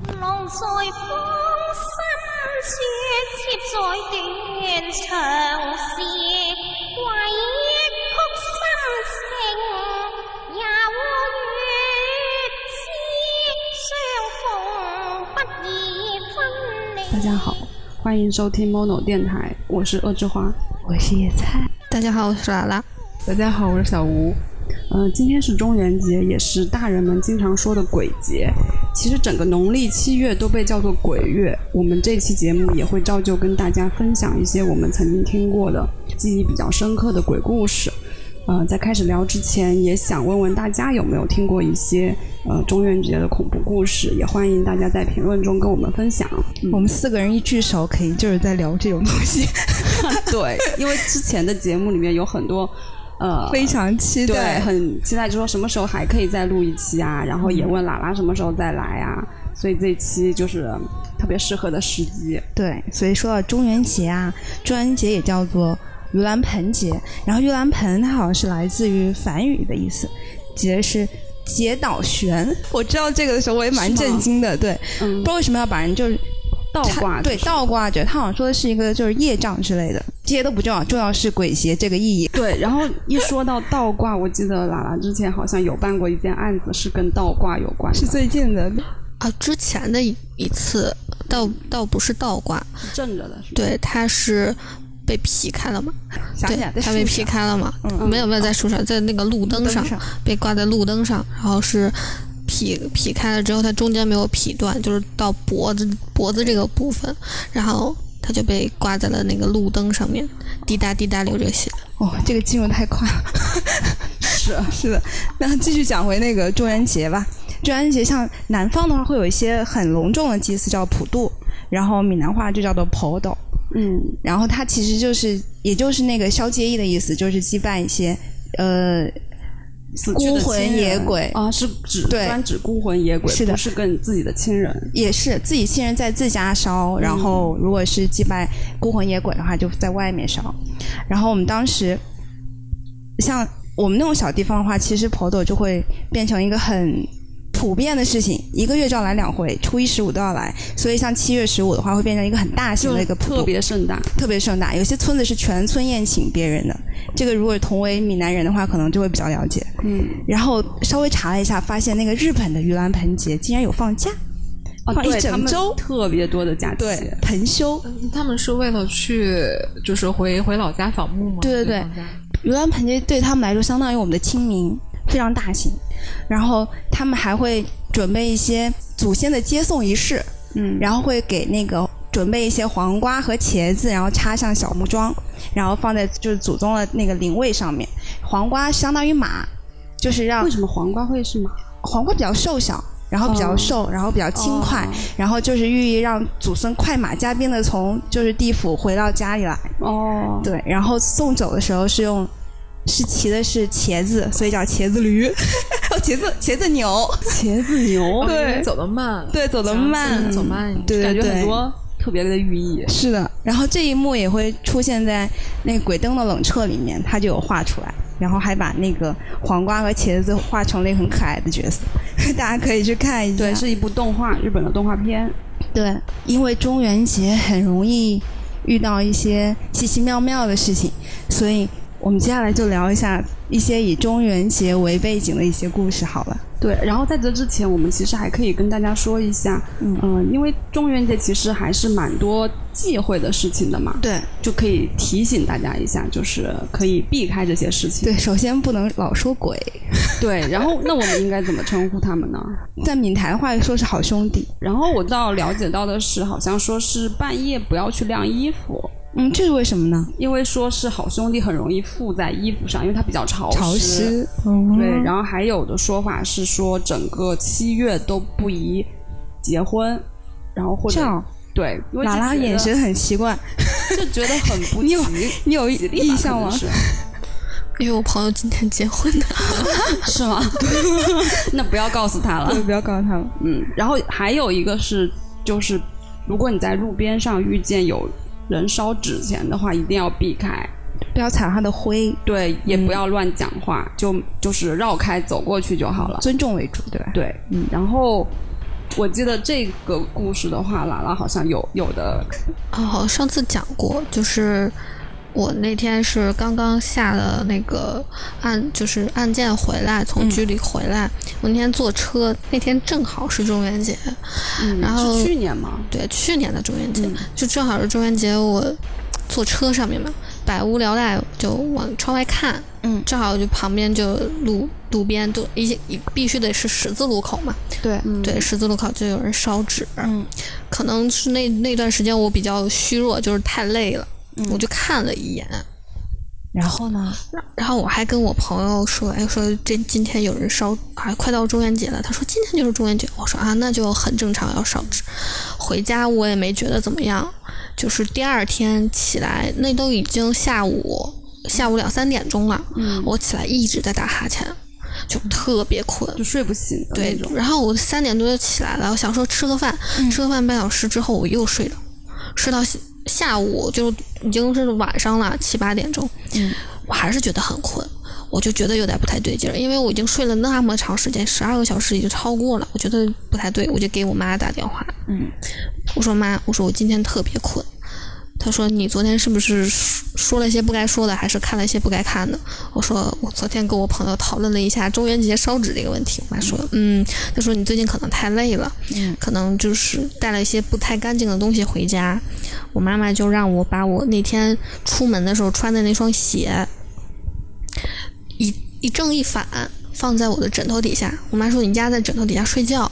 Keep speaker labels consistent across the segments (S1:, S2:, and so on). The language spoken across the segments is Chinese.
S1: 同在幫新書，貼在斷腸時，為曲心情，也會與之相逢，不易分離。
S2: 大家好，欢迎收听 Mono 电台，我是恶之花。
S3: 我是野菜，
S4: 大家好，我是拉拉。
S2: 大家好，我是小吴。嗯、今天是中元节，也是大人们经常说的鬼节。其实整个农历七月都被叫做鬼月。我们这期节目也会照旧跟大家分享一些我们曾经听过的、记忆比较深刻的鬼故事。呃，在开始聊之前，也想问问大家有没有听过一些呃中元节的恐怖故事，也欢迎大家在评论中跟我们分享。嗯
S3: 我们四个人一聚首，肯定就是在聊这种东 西，
S2: 对，因为之前的节目里面有很多呃
S3: 非常期
S2: 对，
S3: 待。
S2: 很期待，就说什么时候还可以再录一期啊？然后也问喇喇什么时候再来啊？所以这一期就是嗯特别适合的时机。
S3: 对，所以说到中元节啊，中元节也叫做盂兰盆节，然后盂兰盆它好像是来自于梵语的意思，节是解倒悬。我知道这个的时候，我也蛮
S2: 是吗
S3: 震惊的，对，不
S2: 嗯
S3: 知，道为什么要把人就是
S2: 倒
S3: 它
S2: 挂
S3: 对
S2: 就是
S3: 倒挂着，他好像说的是一个就是业障之类的，这些都不重要，重要是鬼节这个意义。
S2: 对。然后一说到倒挂，我记得喇喇之前好像有办过一件案子是跟倒挂有关的，
S3: 最近的，
S4: 啊，之前的一一次倒倒不是倒挂，
S2: 正着的是吧？
S4: 对，他是被劈开了嘛？
S3: 想
S4: 对
S3: 起来，在
S4: 他被
S3: 树
S4: 劈
S3: 上
S4: 开了嘛？
S3: 嗯
S4: 没有没有在树上，在那个路灯上
S3: 灯上
S4: 被挂在路灯上，然后是劈劈开了之后，它中间没有劈断，就是到脖子脖子这个部分，然后它就被挂在了那个路灯上面，滴答滴答流着血。
S3: 哦，这个进入太快了。是 是的，那继续讲回那个中元节吧。中元节像南方的话，会有一些很隆重的祭祀叫普渡，然后闽南话就叫做婆斗，
S2: 嗯，
S3: 然后它其实就是也就是那个消介意的意思，就是祭拜一些呃
S2: 死去的
S3: 孤魂
S2: 亲人
S3: 野鬼
S2: 啊，是指
S3: 对
S2: 专指孤魂野鬼，
S3: 是的
S2: 不是跟自己的亲人。
S3: 也是自己亲人在自家烧，然后如果是祭拜孤魂野鬼的话，就在外面烧。然后我们当时，像我们那种小地方的话，其实婆斗就会变成一个很普遍的事情，一个月就要来两回，初一十五都要来。所以像七月十五的话，会变成一个很大型
S2: 就
S3: 的一个普渡
S2: 特别盛大，
S3: 特别盛大，有些村子是全村宴请别人的。这个如果同为闽南人的话，可能就会比较了解。
S2: 嗯，
S3: 然后稍微查了一下，发现那个日本的盂兰盆节竟然有放假，
S2: 啊，
S3: 放一
S2: 对他
S3: 整
S2: 们
S3: 周。
S2: 特别多的假期，
S3: 对，盆休，
S5: 他们是为了去，就是回回老家扫墓吗？
S3: 对对对
S5: 回老家
S3: 盂兰盆节对他们来说相当于我们的清明，非常大型。然后他们还会准备一些祖先的接送仪式，
S2: 嗯，
S3: 然后会给那个准备一些黄瓜和茄子，然后插上小木桩，然后放在就是祖宗的那个灵位上面。黄瓜相当于马，就是让
S2: 为什么黄瓜会是马？
S3: 黄瓜比较瘦小，然后比较瘦，然后比较轻快，然后就是寓意让祖孙快马加鞭的从就是地府回到家里来。
S2: 哦，
S3: 对，然后送走的时候是用，是骑的是茄子，所以叫茄子驴， 哦，茄子茄子牛，
S2: 茄子牛，
S5: 哦因为
S3: 对
S5: 走得慢，
S3: 对，走得
S5: 想起
S3: 慢，
S5: 走慢一点。
S3: 对
S2: 嗯
S3: 对
S2: 感觉
S3: 对，
S2: 很多特别的寓意。
S3: 是的。然后这一幕也会出现在那个鬼灯的冷彻里面，它就有画出来，然后还把那个黄瓜和茄子画成了一个很可爱的角色， 大家可以去看一下。
S2: 对，是一部动画，日本的动画片。
S3: 对，因为中元节很容易遇到一些奇奇妙妙的事情，所以我们接下来就聊一下一些以中元节为背景的一些故事好了。
S2: 对，然后在这之前，我们其实还可以跟大家说一下，嗯、因为中元节其实还是蛮多忌讳的事情的嘛，
S3: 对
S2: 就可以提醒大家一下，就是可以避开这些事情。
S3: 对，首先不能老说鬼，
S2: 对，然后那我们应该怎么称呼他们呢？
S3: 在闽台话说是好兄弟。
S2: 然后我到了解到的是，好像说是半夜不要去晾衣服，
S3: 嗯，这是为什么呢？
S2: 因为说是好兄弟很容易附在衣服上，因为它比较潮
S3: 潮湿。嗯
S2: 对，然后还有的说法是说，整个七月都不宜结婚，然后或
S3: 这
S2: 者
S3: 样，
S2: 对，因为就
S3: 拉拉
S2: 觉得
S3: 眼神很奇怪，
S2: 就觉得很 不
S3: 你有
S2: 吉
S3: 你有
S2: 吉利吧
S3: 印象
S2: 可能
S3: 吗？
S2: 是
S4: 因为我朋友今天结婚的，
S2: 是吗？ 那不要告诉他了。
S3: 对，不要告诉他们。
S2: 嗯，然后还有一个是，就是如果你在路边上遇见有人烧纸钱的话，一定要避开。
S3: 不要踩他的灰，
S2: 对，也
S3: 嗯
S2: 不要乱讲话，就就是绕开走过去就好了。
S3: 尊重为主，对吧？
S2: 嗯对，然后我记得这个故事的话，拉拉好像有有的
S4: 哦，好，上次讲过，就是我那天是刚刚下了那个案，就是案件回来，从局里回来。我那天坐车，那天正好是中元节，然后
S2: 嗯是去年嘛，
S4: 对，去年的中元节，就正好是中元节，我坐车上面嘛，百无聊赖就往窗外看，
S3: 嗯
S4: 正好就旁边就路路边都一些一必须得是十字路口嘛，
S3: 对，
S4: 对，十字路口就有人烧纸，
S3: 嗯
S4: 可能是那那段时间我比较虚弱，就是太累了，我就看了一眼，
S3: 然后呢？
S4: 然后我还跟我朋友说，哎，说这今天有人烧，啊，快到中元节了。他说今天就是中元节，我说啊，那就很正常，要烧纸。回家我也没觉得怎么样，就是第二天起来，那都已经下午下午两三点钟了，我起来一直在打哈欠，就特别困，
S2: 就睡不醒的那
S4: 对
S2: 种，。嗯
S4: 然后我三点多就起来了，我想说吃个饭，吃个饭半小时之后我又睡了，睡到下下午就已经是晚上了七八点钟，
S2: 嗯
S4: 我还是觉得很困，我就觉得有点不太对劲儿，因为我已经睡了那么长时间，十二个小时已经超过了，我觉得不太对，我就给我妈打电话，
S3: 嗯，
S4: 我说妈，我说我今天特别困。她说：“你昨天是不是说说了一些不该说的，还是看了一些不该看的？”我说：“我昨天跟我朋友讨论了一下中元节烧纸这个问题。”我妈说：“嗯，她说你最近可能太累了，可能就是带了一些不太干净的东西回家。”我妈妈就让我把我那天出门的时候穿的那双鞋，一一正一反放在我的枕头底下。我妈说：“你压在枕头底下睡觉。”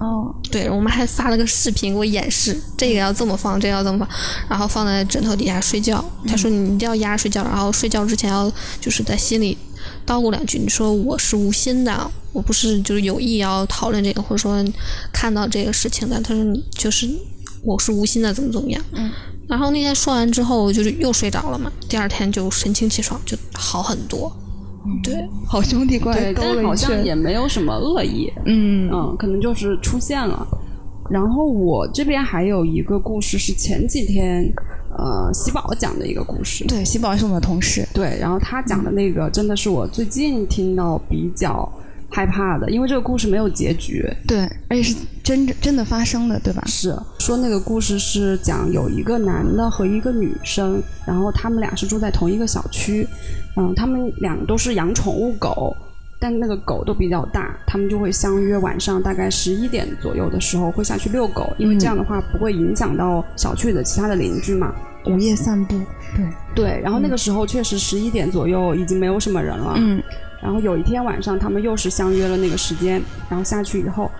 S3: 哦，
S4: 对，我妈还发了个视频给我演示，这个要这么放，这个要这么放，然后放在枕头底下睡觉。
S3: 嗯
S4: 她说你一定要压着睡觉，然后睡觉之前要就是在心里叨咕两句，你说我是无心的，我不是就是有意要讨论这个，或者说看到这个事情的。她说你就是我是无心的，怎么怎么样。嗯。然后那天说完之后，我就是又睡着了嘛，第二天就神清气爽，就好很多。
S3: 嗯
S4: 对，
S3: 好兄弟过来
S2: 对，
S3: 勾
S2: 但
S3: 了
S2: 好
S3: 一
S2: 像
S3: 圈，
S2: 也没有什么恶意，
S3: 嗯
S2: 嗯，可能就是出现了。然后我这边还有一个故事是前几天，呃，喜宝讲的一个故事。
S3: 对，喜宝是我们的同事，
S2: 对，然后他讲的那个真的是我最近听到比较害怕的，因为这个故事没有结局，
S3: 对，而且是真真的发生的，对吧？
S2: 是说那个故事是讲有一个男的和一个女生，然后他们俩是住在同一个小区，嗯，他们俩都是养宠物狗，但那个狗都比较大，他们就会相约晚上大概十一点左右的时候会下去遛狗，因为这样的话不会影响到小区里的其他的邻居嘛。
S3: 午夜散步，对，
S2: 对，然后那个时候确实十一点左右已经没有什么人了，
S3: 嗯
S2: 然后有一天晚上，他们又是相约了那个时间，然后下去以后，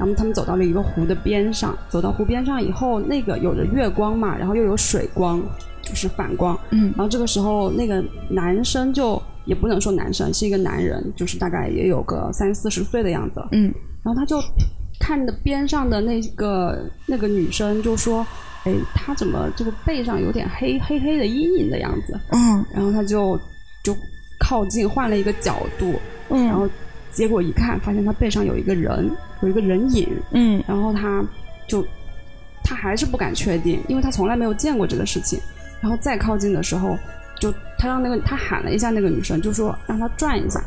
S2: 然后他们走到了一个湖的边上，走到湖边上以后，那个有着月光嘛，然后又有水光，就是反光。
S3: 嗯
S2: 然后这个时候，那个男生就也不能说男生，是一个男人，就是大概也有个三四十岁的样子。
S3: 嗯，
S2: 然后他就看着边上的那个那个女生，就说：“哎，她怎么这个背上有点黑黑黑的阴影的样子？”
S3: 嗯
S2: 然后他就就靠近，换了一个角度，
S3: 嗯，
S2: 然后结果一看，发现他背上有一个人，有一个人影，
S3: 嗯
S2: 然后他就他还是不敢确定，因为他从来没有见过这个事情。然后再靠近的时候，就他让那个他喊了一下那个女生，就说让她转一下。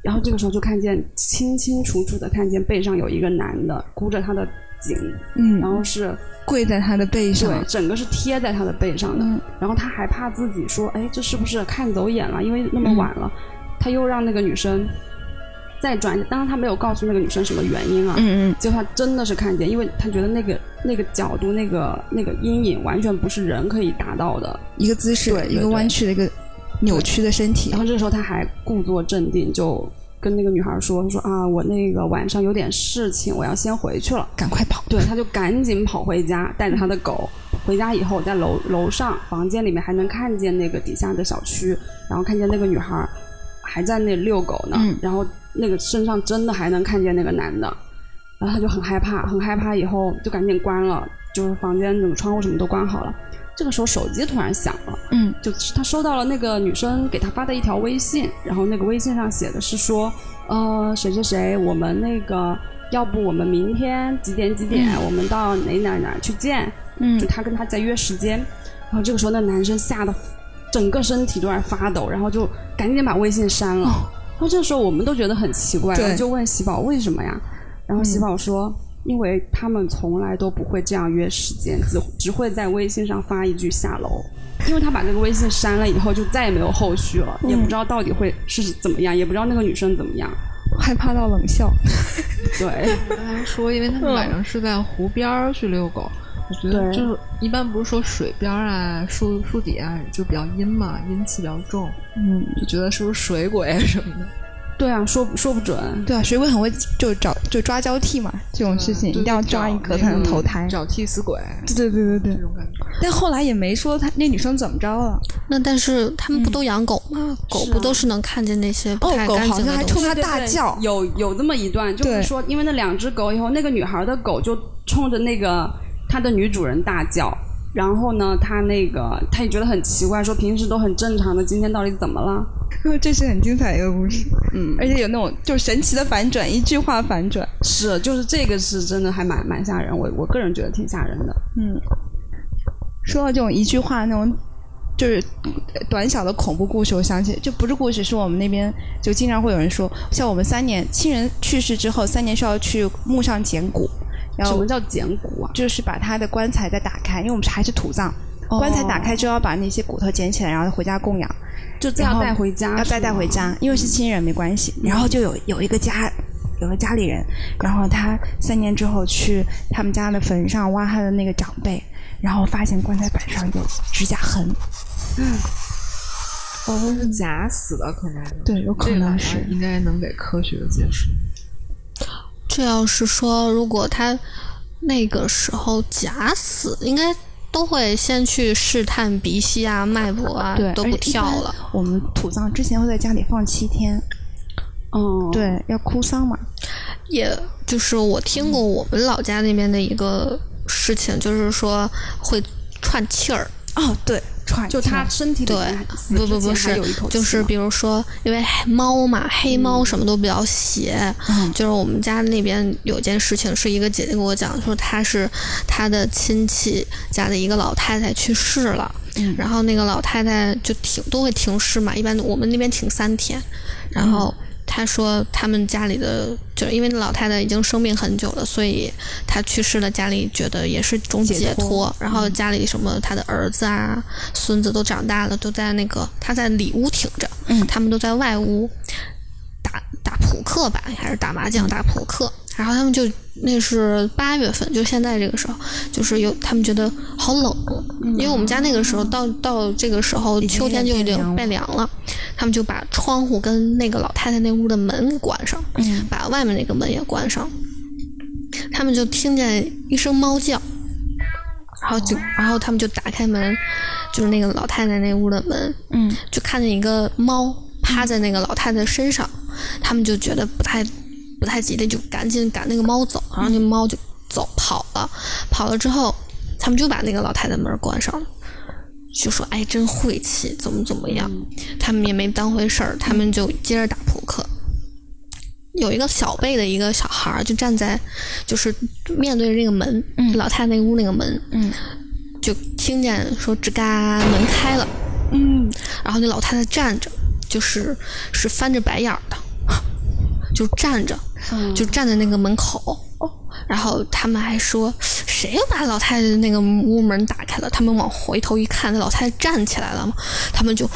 S2: 然后这个时候就看见清清楚楚的看见背上有一个男的箍着他的颈，然
S3: 嗯，
S2: 后是
S3: 跪在他的背上，
S2: 对，整个是贴在他的背上的。
S3: 嗯
S2: 然后他还怕自己说，哎，这是不是看走眼了？因为那么晚
S3: 嗯
S2: 了，他又让那个女生再转，当然他没有告诉那个女生什么原因啊。
S3: 嗯
S2: 结果他真的是看见，因为他觉得那个那个角度、那个那个阴影完全不是人可以达到的。
S3: 嗯，一个姿势，
S2: 对对
S3: 一个弯曲的一个扭曲的身体
S2: 然，后这时候他还故作镇定，就跟那个女孩说：“他说啊，我那个晚上有点事情，我要先回去了。”
S3: 赶快跑，
S2: 对，他就赶紧跑回家，带着他的狗。回家以后，在楼楼上房间里面还能看见那个底下的小区，然后看见那个女孩儿还在那遛狗呢，
S3: 嗯
S2: 然后那个身上真的还能看见那个男的，然后他就很害怕，很害怕，以后就赶紧关了，就是房间整个窗户什么都关好了。这个时候手机突然响了，
S3: 嗯，
S2: 就是他收到了那个女生给他发的一条微信，然后那个微信上写的是说，呃，谁谁谁，我们那个，要不我们明天几点几点，我们到哪哪哪去见？
S3: 嗯
S2: 就他跟他在约时间，然后这个时候那男生吓得整个身体都在发抖，然后就赶紧把微信删了。然后这个时候我们都觉得很奇怪，
S3: 哦对嗯
S2: 我就问喜宝为什么呀？然后喜宝说。因为他们从来都不会这样约时间，只只会在微信上发一句下楼。因为他把这个微信删了以后，就再也没有后续了，也
S3: 嗯
S2: 不知道到底会是怎么样，也不知道那个女生怎么样。
S3: 害怕到冷笑。
S2: 对，
S5: 刚才说，因为他们
S3: 嗯
S5: 晚上是在湖边儿去遛狗，我觉得
S2: 对
S5: 就是一般不是说水边儿啊、树树底啊就比较阴嘛，阴气比较重，
S3: 嗯，
S5: 就觉得是不是水鬼啊什么的。
S2: 对啊，说说不准。
S3: 对啊，水鬼很会就找就抓交替嘛，这种事情一定要抓一个才能投胎。
S5: 找替死鬼
S3: 对对对对
S5: 这
S3: 对。
S5: 种感觉。
S3: 但后来也没说他那女生怎么着了。
S4: 那但是他们不都养狗吗？狗不都是能看见那些不
S3: 啊哦
S4: 太
S3: 狗
S4: 干
S3: 好
S4: 净
S3: 像
S4: 的
S3: 还
S4: 东
S3: 冲
S4: 西？
S3: 他
S2: 对
S3: 大
S2: 对
S3: 叫，
S2: 有有这么一段，就
S3: 对
S2: 是说，因为那两只狗以后，那个女孩的狗就冲着那个她的女主人大叫，然后呢，她那个她也觉得很奇怪，说平时都很正常的，今天到底怎么了？
S3: 这是很精彩的一个故事，
S2: 嗯，
S3: 而且有那种就是神奇的反转，一句话反转。
S2: 是，就是这个是真的还蛮蛮吓人，我我个人觉得挺吓人的。
S3: 嗯，说到这种一句话那种，就是呃短小的恐怖故事，我想起就不是故事，是我们那边就经常会有人说，像我们三年亲人去世之后，三年是要去墓上捡骨，
S4: 哦
S3: 然
S2: 什
S3: 后
S2: 么叫捡骨啊？
S3: 就是把他的棺材再打开，因为我们还是土葬，棺材打开之后要把那些骨头捡起来，然后回家供养。
S2: 就这
S3: 然
S2: 样
S3: 后
S2: 带回家，
S3: 要再
S2: 是吗
S3: 带回。家，因为是亲人没关系。然后就有有一个家，有个家里人，然后他三年之后去他们家的坟上挖他的那个长辈，然后发现棺材板上有指甲痕，
S5: 哦，是假死的可能。
S3: 对，有可
S5: 这个
S3: 能
S5: 好
S3: 是
S5: 像应该能给科学解释。
S4: 这要是说，如果他那个时候假死，应该都会先去试探鼻息啊、脉搏啊
S3: 对，，
S4: 都
S3: 而
S4: 不
S3: 且一
S4: 跳
S3: 般
S4: 了。
S3: 我们土葬之前会在家里放七天，
S2: 哦，，
S3: 对，要哭丧嘛。
S4: 也就是我听过我们老家那边的一个事情，就是说会串气儿，
S3: 哦，对，喘
S2: 就
S3: 气
S2: 他身体里
S4: 对
S2: 面死
S4: 不不
S2: 之前
S4: 不
S2: 还
S4: 是
S2: 有一口，气
S4: 就是
S2: 吗
S4: 比如说，因为猫嘛，黑猫什么都比较邪，
S3: 嗯
S4: 就是我们家那边有件事情，是一个姐姐跟我讲，说她是她的亲戚家的一个老太太去世了，
S3: 嗯
S4: 然后那个老太太就停都会停尸嘛，一般我们那边停三天，然后。
S3: 嗯
S4: 她说他们家里的，就是因为那老太太已经生病很久了，所以她去世了，家里觉得也是一种
S3: 解
S4: 解
S3: 脱嗯
S4: 脱。然后家里什么她的儿子啊、孙子都长大了，都在那个她在里屋挺着，
S3: 嗯
S4: 他们都在外屋打打扑克吧，还是打麻将、打扑克。然后他们就那是八月份，就现在这个时候，就是有他们觉得好冷，因为我们家那个时候到到这个时候
S3: 嗯已经
S4: 秋天就已
S3: 变凉
S4: 经
S3: 了
S4: 变凉了，他们就把窗户跟那个老太太那屋的门给关上，
S3: 嗯
S4: 把外面那个门也关上，他们就听见一声猫叫，然后就然后他们就打开门，就是那个老太太那屋的门，
S3: 嗯，
S4: 就看见一个猫趴在那个老太太身上，他们就觉得不太不太吉利，就赶紧赶那个猫走，然后那猫就走跑了，跑了之后，他们就把那个老太太门关上了。就说哎，真晦气，怎么怎么样？他们也没当回事儿，他们就接着打扑克。有一个小辈的一个小孩儿，就站在，就是面对那个门，老太太那屋那个门，
S3: 嗯，
S4: 就听见说吱嘎门开了，然后那老太太站着，就是是翻着白眼儿的， 就站着，就站在那个门口。然后他们还说，谁又把老太太那个屋门打开了？他们往回头一看，那老太太站起来了嘛，他们就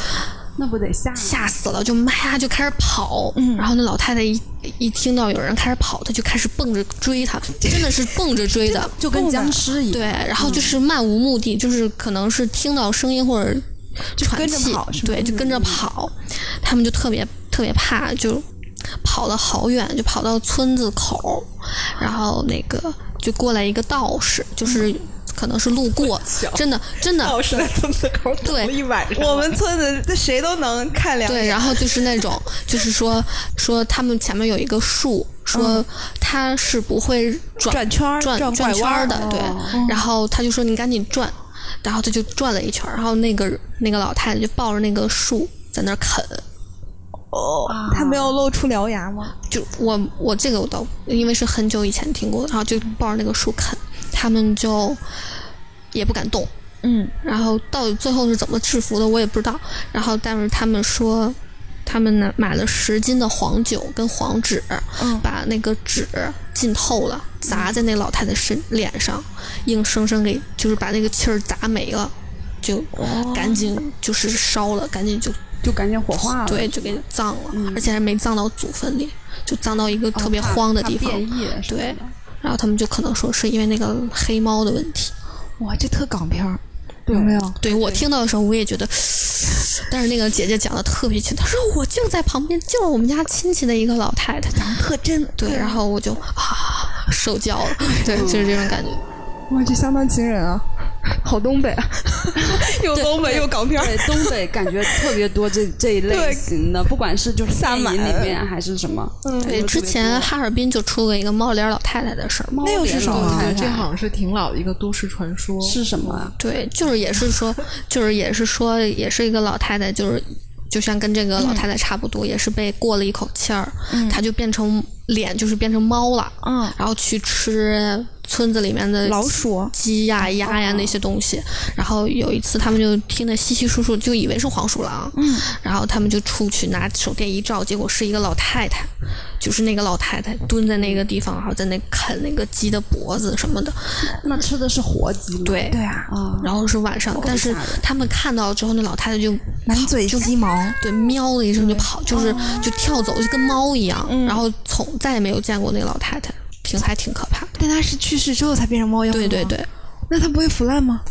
S2: 那不得吓死？
S4: 吓死了，就妈呀，就开始跑。然后那老太太一一听到有人开始跑，她就开始蹦着追他，真的是蹦着追的，
S2: 就跟僵尸一样。
S4: 对，然后
S3: 嗯
S4: 就是漫无目的，就是可能是听到声音或者喘
S3: 跟着
S4: 气
S3: 跑是，吗嗯
S4: 对，就跟着跑，他们就特别特别怕，就跑了好远，就跑到村子口，然后那个就过来一个道士，就是
S3: 嗯
S4: 可能是路过，真的真的
S3: 士在村子口
S4: 对了
S3: 一晚上，哎我们村子这谁都能看两
S4: 对，
S3: 眼。
S4: 然后就是那 种，就是说说他们前面有一个树，
S3: 嗯
S4: 说它是不会转
S3: 转圈儿
S4: 转
S3: 转拐
S4: 圈
S3: 弯
S4: 儿
S3: 儿哦
S4: 的，对。然后他就说你赶紧转，然后他就转了一圈儿，然后那个那个老太太就抱着那个树在那儿啃。
S3: 哦，他没有露出獠牙吗？
S4: 就我我这个我倒因为是很久以前听过的，然后就抱着那个树啃，他们就也不敢动，
S3: 嗯，
S4: 然后到底最后是怎么制服的，我也不知道。然后但是他们说，他们呢买了十斤的黄酒跟黄纸，
S3: 嗯
S4: 把那个纸浸透了，砸在那老太太身脸上，硬生生给就是把那个气儿砸没了，就
S3: 哦
S4: 赶紧就是烧了，赶紧就
S2: 就赶紧火化了。嗯
S4: 对，就给葬了，而且还没葬到祖坟里，就葬到一个特别
S2: 哦怕
S4: 荒的
S2: 怕
S4: 地方。
S2: 变异什么
S4: 对
S2: 的，
S4: 然后他们就可能说是因为那个黑猫的问题。
S3: 哇，这特港片儿，
S2: 对
S3: 有没有？
S4: 对我听到的时候，我也觉 得，但是那个姐姐讲的特别清，她说我就在旁边，就是我们家亲戚的一个老太太。
S3: 特真，
S4: 对，然后我就啊受教了，对，就是这种感觉。
S3: 哇，这相当惊人啊！ 好东 北，啊，又东北又港片儿，
S2: 对，东北感觉特别多这这一类
S3: 对
S2: 型的，不管是就是电
S3: 萨
S2: 影
S3: 满呃
S2: 里面还是什么，
S4: 对，之前哈尔滨就出过一个猫脸老太太的事儿，
S2: 猫
S3: 那又
S2: 脸
S3: 是什
S2: 老
S3: 么啊
S2: 太
S5: 对，
S2: 太
S5: 嗯这好像是挺老的一个都市传说。
S2: 哦是什么啊？
S4: 对，就是也是说，就是也是说，也是一个老太太，就是就像跟这个老太太差不多，也是被过了一口气儿，她就变成脸就是变成猫了，
S3: 嗯，
S4: 然后去吃村子里面的
S3: 老鼠，哦
S4: 鸡呀、鸭呀那些东西。然后有一次他们就听得稀稀疏疏，就以为是黄鼠狼，嗯，然后他们就出去拿手电一照，结果是一个老太太，就是那个老太太蹲在那个地方，然后在那啃那个鸡的脖子什么的，
S2: 那吃的是活鸡吗？
S4: 对
S3: 对啊，
S2: 啊，
S4: 然后是晚上，但是他们看到之后，那老太太就
S3: 满嘴鸡毛，
S4: 对喵的一声就跑，就是就跳走，就跟猫一样。然后从再也没有见过那个老太太，挺还挺可怕的。
S3: 但他是去世之后才变成猫妖，
S4: 对对，对，
S3: 那他不会腐烂吗？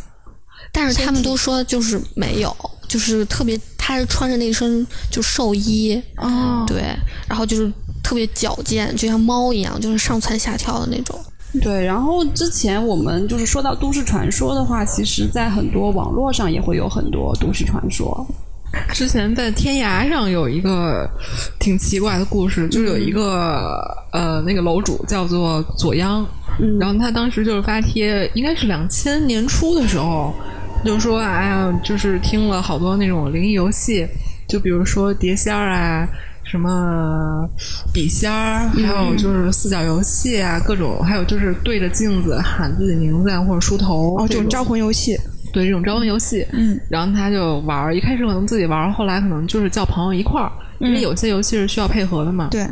S4: 但是他们都说就是没有，就是特别，她是穿着那身就寿衣，
S3: 哦，
S4: 对，然后就是特别矫健，就像猫一样，就是上蹿下跳的那种。
S2: 对，然后之前我们就是说到都市传说的话，其实在很多网络上也会有很多都市传说。
S5: 之前在天涯上有一个挺奇怪的故事，就是有一个、呃，那个楼主叫做左央，然后他当时就是发帖，应该是两千年初的时候，就说哎呀，就是听了好多那种灵异游戏，就比如说碟仙儿啊。什么笔仙儿，还有就是四角游戏啊，各种，还有就是对着镜子喊自己名字啊，或者梳头
S3: 哦，这种
S5: 种
S3: 招魂游戏，
S5: 对这种招魂游戏，
S3: 嗯，
S5: 然后他就玩儿，一开始可能自己玩儿，后来可能就是叫朋友一块儿，因为有些游戏是需要配合的嘛。
S3: 嗯对，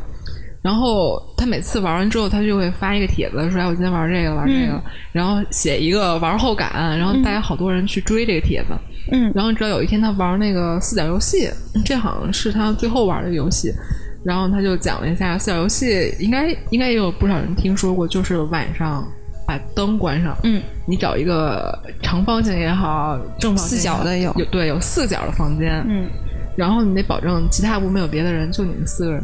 S5: 然后他每次玩完之后，他就会发一个帖子说：“哎，我今天玩这个，玩这个。
S3: 嗯
S5: 然后写一个玩后感，然后带好多人去追这个帖子。
S3: 嗯
S5: 然后直到有一天他玩那个四角游戏，这好像是他最后玩的游戏。然后他就讲了一下四角游戏，应该应该也有不少人听说过，就是晚上把灯关上，
S3: 嗯，
S5: 你找一个长方形也好，正方形
S3: 四角的
S5: 也好
S3: 有
S5: 有对有四角的房间，
S3: 嗯，
S5: 然后你得保证其他屋没有别的人，就你们四个人。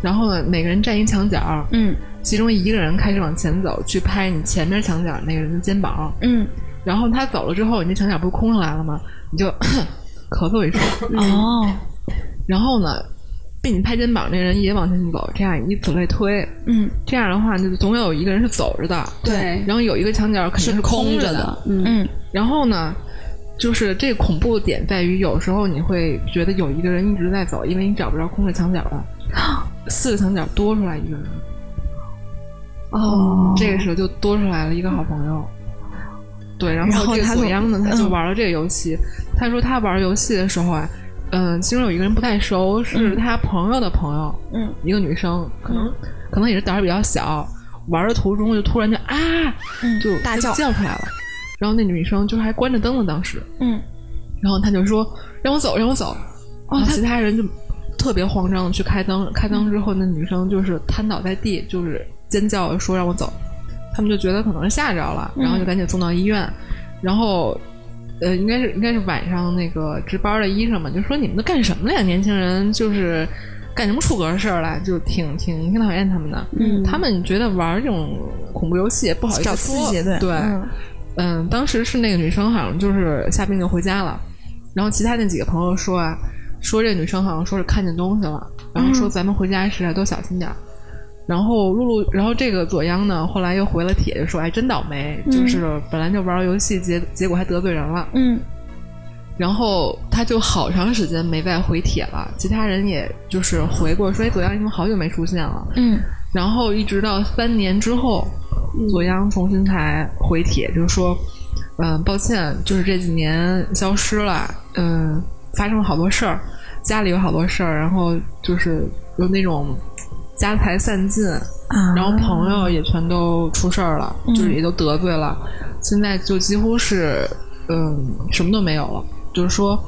S5: 然后呢，每个人站一墙角，
S3: 嗯
S5: 其中一个人开始往前走，去拍你前面墙角那个人的肩膀。
S3: 嗯，
S5: 然后他走了之后，你那墙角不是空上来了吗？你就 咳嗽一声，
S3: 哦，
S5: 然后呢，被你拍肩膀那人也往前走，这样以此类推。
S3: 嗯，
S5: 这样的话，就总有一个人是走着的，
S2: 对，
S5: 然后有一个墙角肯定
S2: 是
S5: 空
S2: 空着
S5: 的。
S2: 的，嗯，
S3: 嗯
S5: 然后呢，就是这恐怖的点在于，有时候你会觉得有一个人一直在走，因为你找不着空的墙角了，四个墙角多出来一个人，
S2: 哦，
S5: 这个时候就多出来了一个好朋友。对，然
S3: 然后
S5: 后这个
S3: 他就
S5: 左央呢，他就
S3: 嗯
S5: 玩了这个游戏。他说他玩游戏的时候啊，嗯、其中有一个人不太熟，是他朋友的朋友，
S3: 嗯，
S5: 一个女生，可能、可能也是胆儿比较小，玩的途中就突然就啊，
S3: 嗯，
S5: 就
S3: 大
S5: 就
S3: 叫，
S5: 叫出来了。然后那女生就还关着灯呢，当时，
S3: 嗯，
S5: 然后他就说让我走，让我走。然后其他人就特别慌张的去开灯，开灯之后，那女生就是瘫倒在地，就是尖叫说让我走。他们就觉得可能是吓着了，然后就赶紧送到医院。然后，呃，应该是应该是晚上那个值班的医生嘛，就说你们都干什么了呀？年轻人就是干什么出格事儿了？就挺挺挺讨厌他们的。
S2: 嗯
S5: 他们觉得玩这种恐怖游戏也不好意思
S3: 找
S5: 说
S3: 刺激对
S5: 对，
S3: 嗯
S5: 嗯，当时是那个女生好像就是下病就回家了，然后其他那几个朋友说啊，说这女生好像说是看见东西了，然后说咱们回家时啊都小心点儿。然后露露，然后这个左央呢，后来又回了帖，就说：“哎，真倒霉，就是本来就玩儿游戏，结结果还得罪人了。”
S3: 嗯，
S5: 然后他就好长时间没再回帖了，其他人也就是回过说：“哎，左央，你怎么好久没出现了？”
S3: 嗯，
S5: 然后一直到三年之后，左央重新才回帖，就是说：“嗯、抱歉，就是这几年消失了，嗯、发生了好多事儿，家里有好多事儿，然后就是有那种家财散尽，
S3: 啊
S5: 然后朋友也全都出事儿了，嗯就是也都得罪了，现在就几乎是嗯什么都没有了，就是说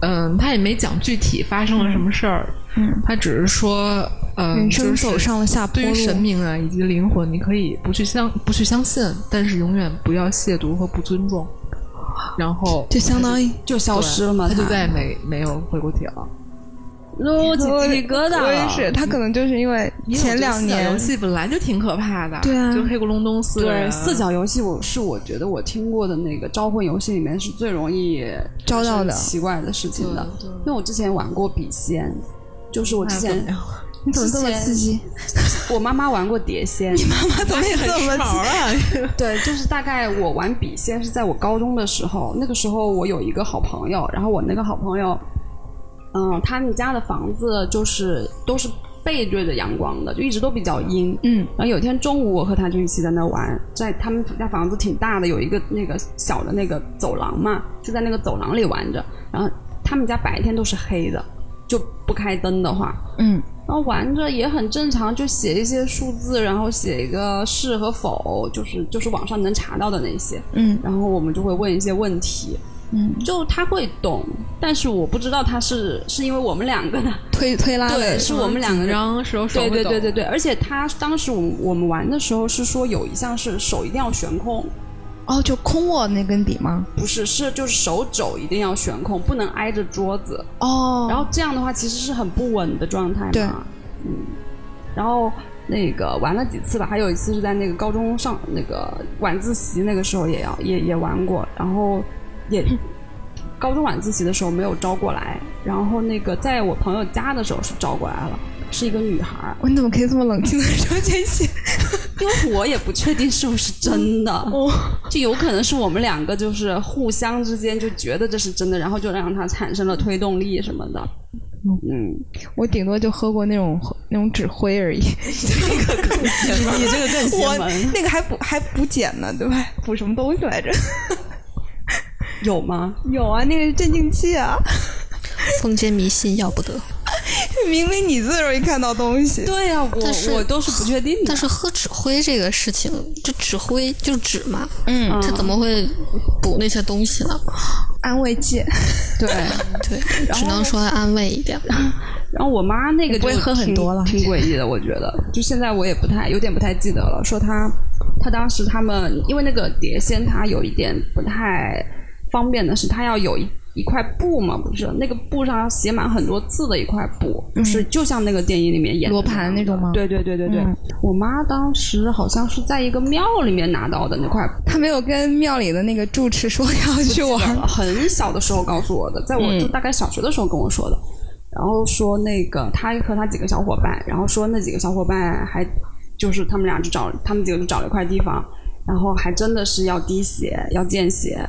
S5: 嗯他也没讲具体发生了什么事儿，
S3: 嗯
S5: 他只是说嗯
S4: 人生
S5: 就是
S4: 走上了下坡
S5: 对于
S4: 路。
S5: 神明啊以及灵魂，你可以不去相不去相信，但是永远不要亵渎和不尊重。然后啊
S4: 就相当于
S2: 就消失了嘛，
S5: 他就再也没没有回过帖了。
S2: 我起
S3: 我
S2: 鸡皮疙瘩
S3: 我
S2: 了
S3: 也。是，他可能就是因为
S5: 因为我觉
S3: 前
S5: 得
S3: 两
S5: 四角
S3: 年
S5: 游戏本来就挺可怕的，
S4: 对啊
S5: 就黑咕隆咚四个啊
S2: 对
S3: 啊
S5: 人，
S2: 四角游戏，我是我觉得我听过的那个招魂游戏里面是最容易
S3: 招到的
S2: 发生奇怪的事情的。因为我之前玩过笔仙，就是
S3: 哎
S2: 我之
S5: 那怎么
S2: 前
S5: 样
S3: 你怎么这么
S2: 之前
S3: 刺 激？
S2: 我妈妈玩过碟 仙，
S3: 他怎么也很
S5: 好啊，
S2: 对，就是大概我玩笔仙是在我高中的时候，那个时候我有一个好朋友，然后我那个好朋友，嗯，他们家的房子就是都是背对着阳光的，就一直都比较阴。
S3: 嗯，
S2: 然后有一天中午，我和他就一起在那玩，在他们家房子挺大的，有一个那个小的那个走廊嘛，就在那个走廊里玩着。然后他们家白天都是黑的，就不开灯的话，
S3: 嗯，
S2: 然后玩着也很正常，就写一些数字，然后写一个是和否，就是就是网上能查到的那些。
S3: 嗯，
S2: 然后我们就会问一些问题。
S3: 嗯，
S2: 就他会懂，但是我不知道他是是因为我们两个的，
S3: 推推拉
S2: 对，
S3: 的，
S2: 是我们两个人
S5: 然后手手
S2: 对对对对
S5: 对，
S2: 对，而且他当时我们我们玩的时候是说有一项是手一定要悬空，
S3: 哦，就空握那根笔吗？
S2: 不是是就是手肘一定要悬空，不能挨着桌子。
S3: 哦，
S2: 然后这样的话其实是很不稳的状态嘛。
S3: 对
S2: 嗯。然后那个玩了几次吧，还有一次是在那个高中上那个晚自习那个时候也要也也玩过，然后也。高中晚自习的时候没有招过来，然后那个在我朋友家的时候是招过来了，是一个女孩儿，
S3: 我你怎么可以这么冷静的 说这些？
S2: 因为我也不确定是不是真的，
S3: 哦
S2: 就有可能是我们两个就是互相之间就觉得这是真的，然后就让它产生了推动力什么的，
S3: 哦
S2: 嗯，
S3: 我顶多就喝过那种那种纸灰 而已，
S2: 你这个更
S3: 我那个还补还补碱呢，对吧？补什么东西来着？
S2: 有吗？
S3: 有啊，那个是镇静剂啊。
S4: 封建迷信要不得，
S3: 明明你最容易看到东西，
S2: 对呀、
S4: 但是
S2: 我我都是不确定的。
S4: 但是喝纸灰这个事情，就纸灰就是纸嘛，
S3: 嗯，
S4: 它怎么会补那些东西呢？
S3: 安慰剂。
S2: 对，
S4: 对，只能说安慰一点。
S2: 然后我妈那个
S3: 不
S2: 就
S3: 会喝很
S2: 挺
S3: 多了
S2: 挺诡异的，我觉得。就现在我也不太有点不太记得了，说她她当时他们因为那个碟仙，它有一点不太方便的是，它要有一。一块布嘛，不是那个布上要写满很多字的一块布，就是就像那个电影里面演的
S3: 嗯罗盘
S2: 样的
S3: 那种吗
S2: 对对对对对，
S3: 嗯
S2: 我妈当时好像是在一个庙里面拿到的那块布
S3: 他没有跟庙里的那个住持说要去玩，
S2: 很小的时候告诉我的，在我
S3: 嗯
S2: 就大概小学的时候跟我说的。然后说那个他和他几个小伙伴，然后说那几个小伙伴还就是他们俩就找他们几个就找了一块地方，然后还真的是要滴血，要见血。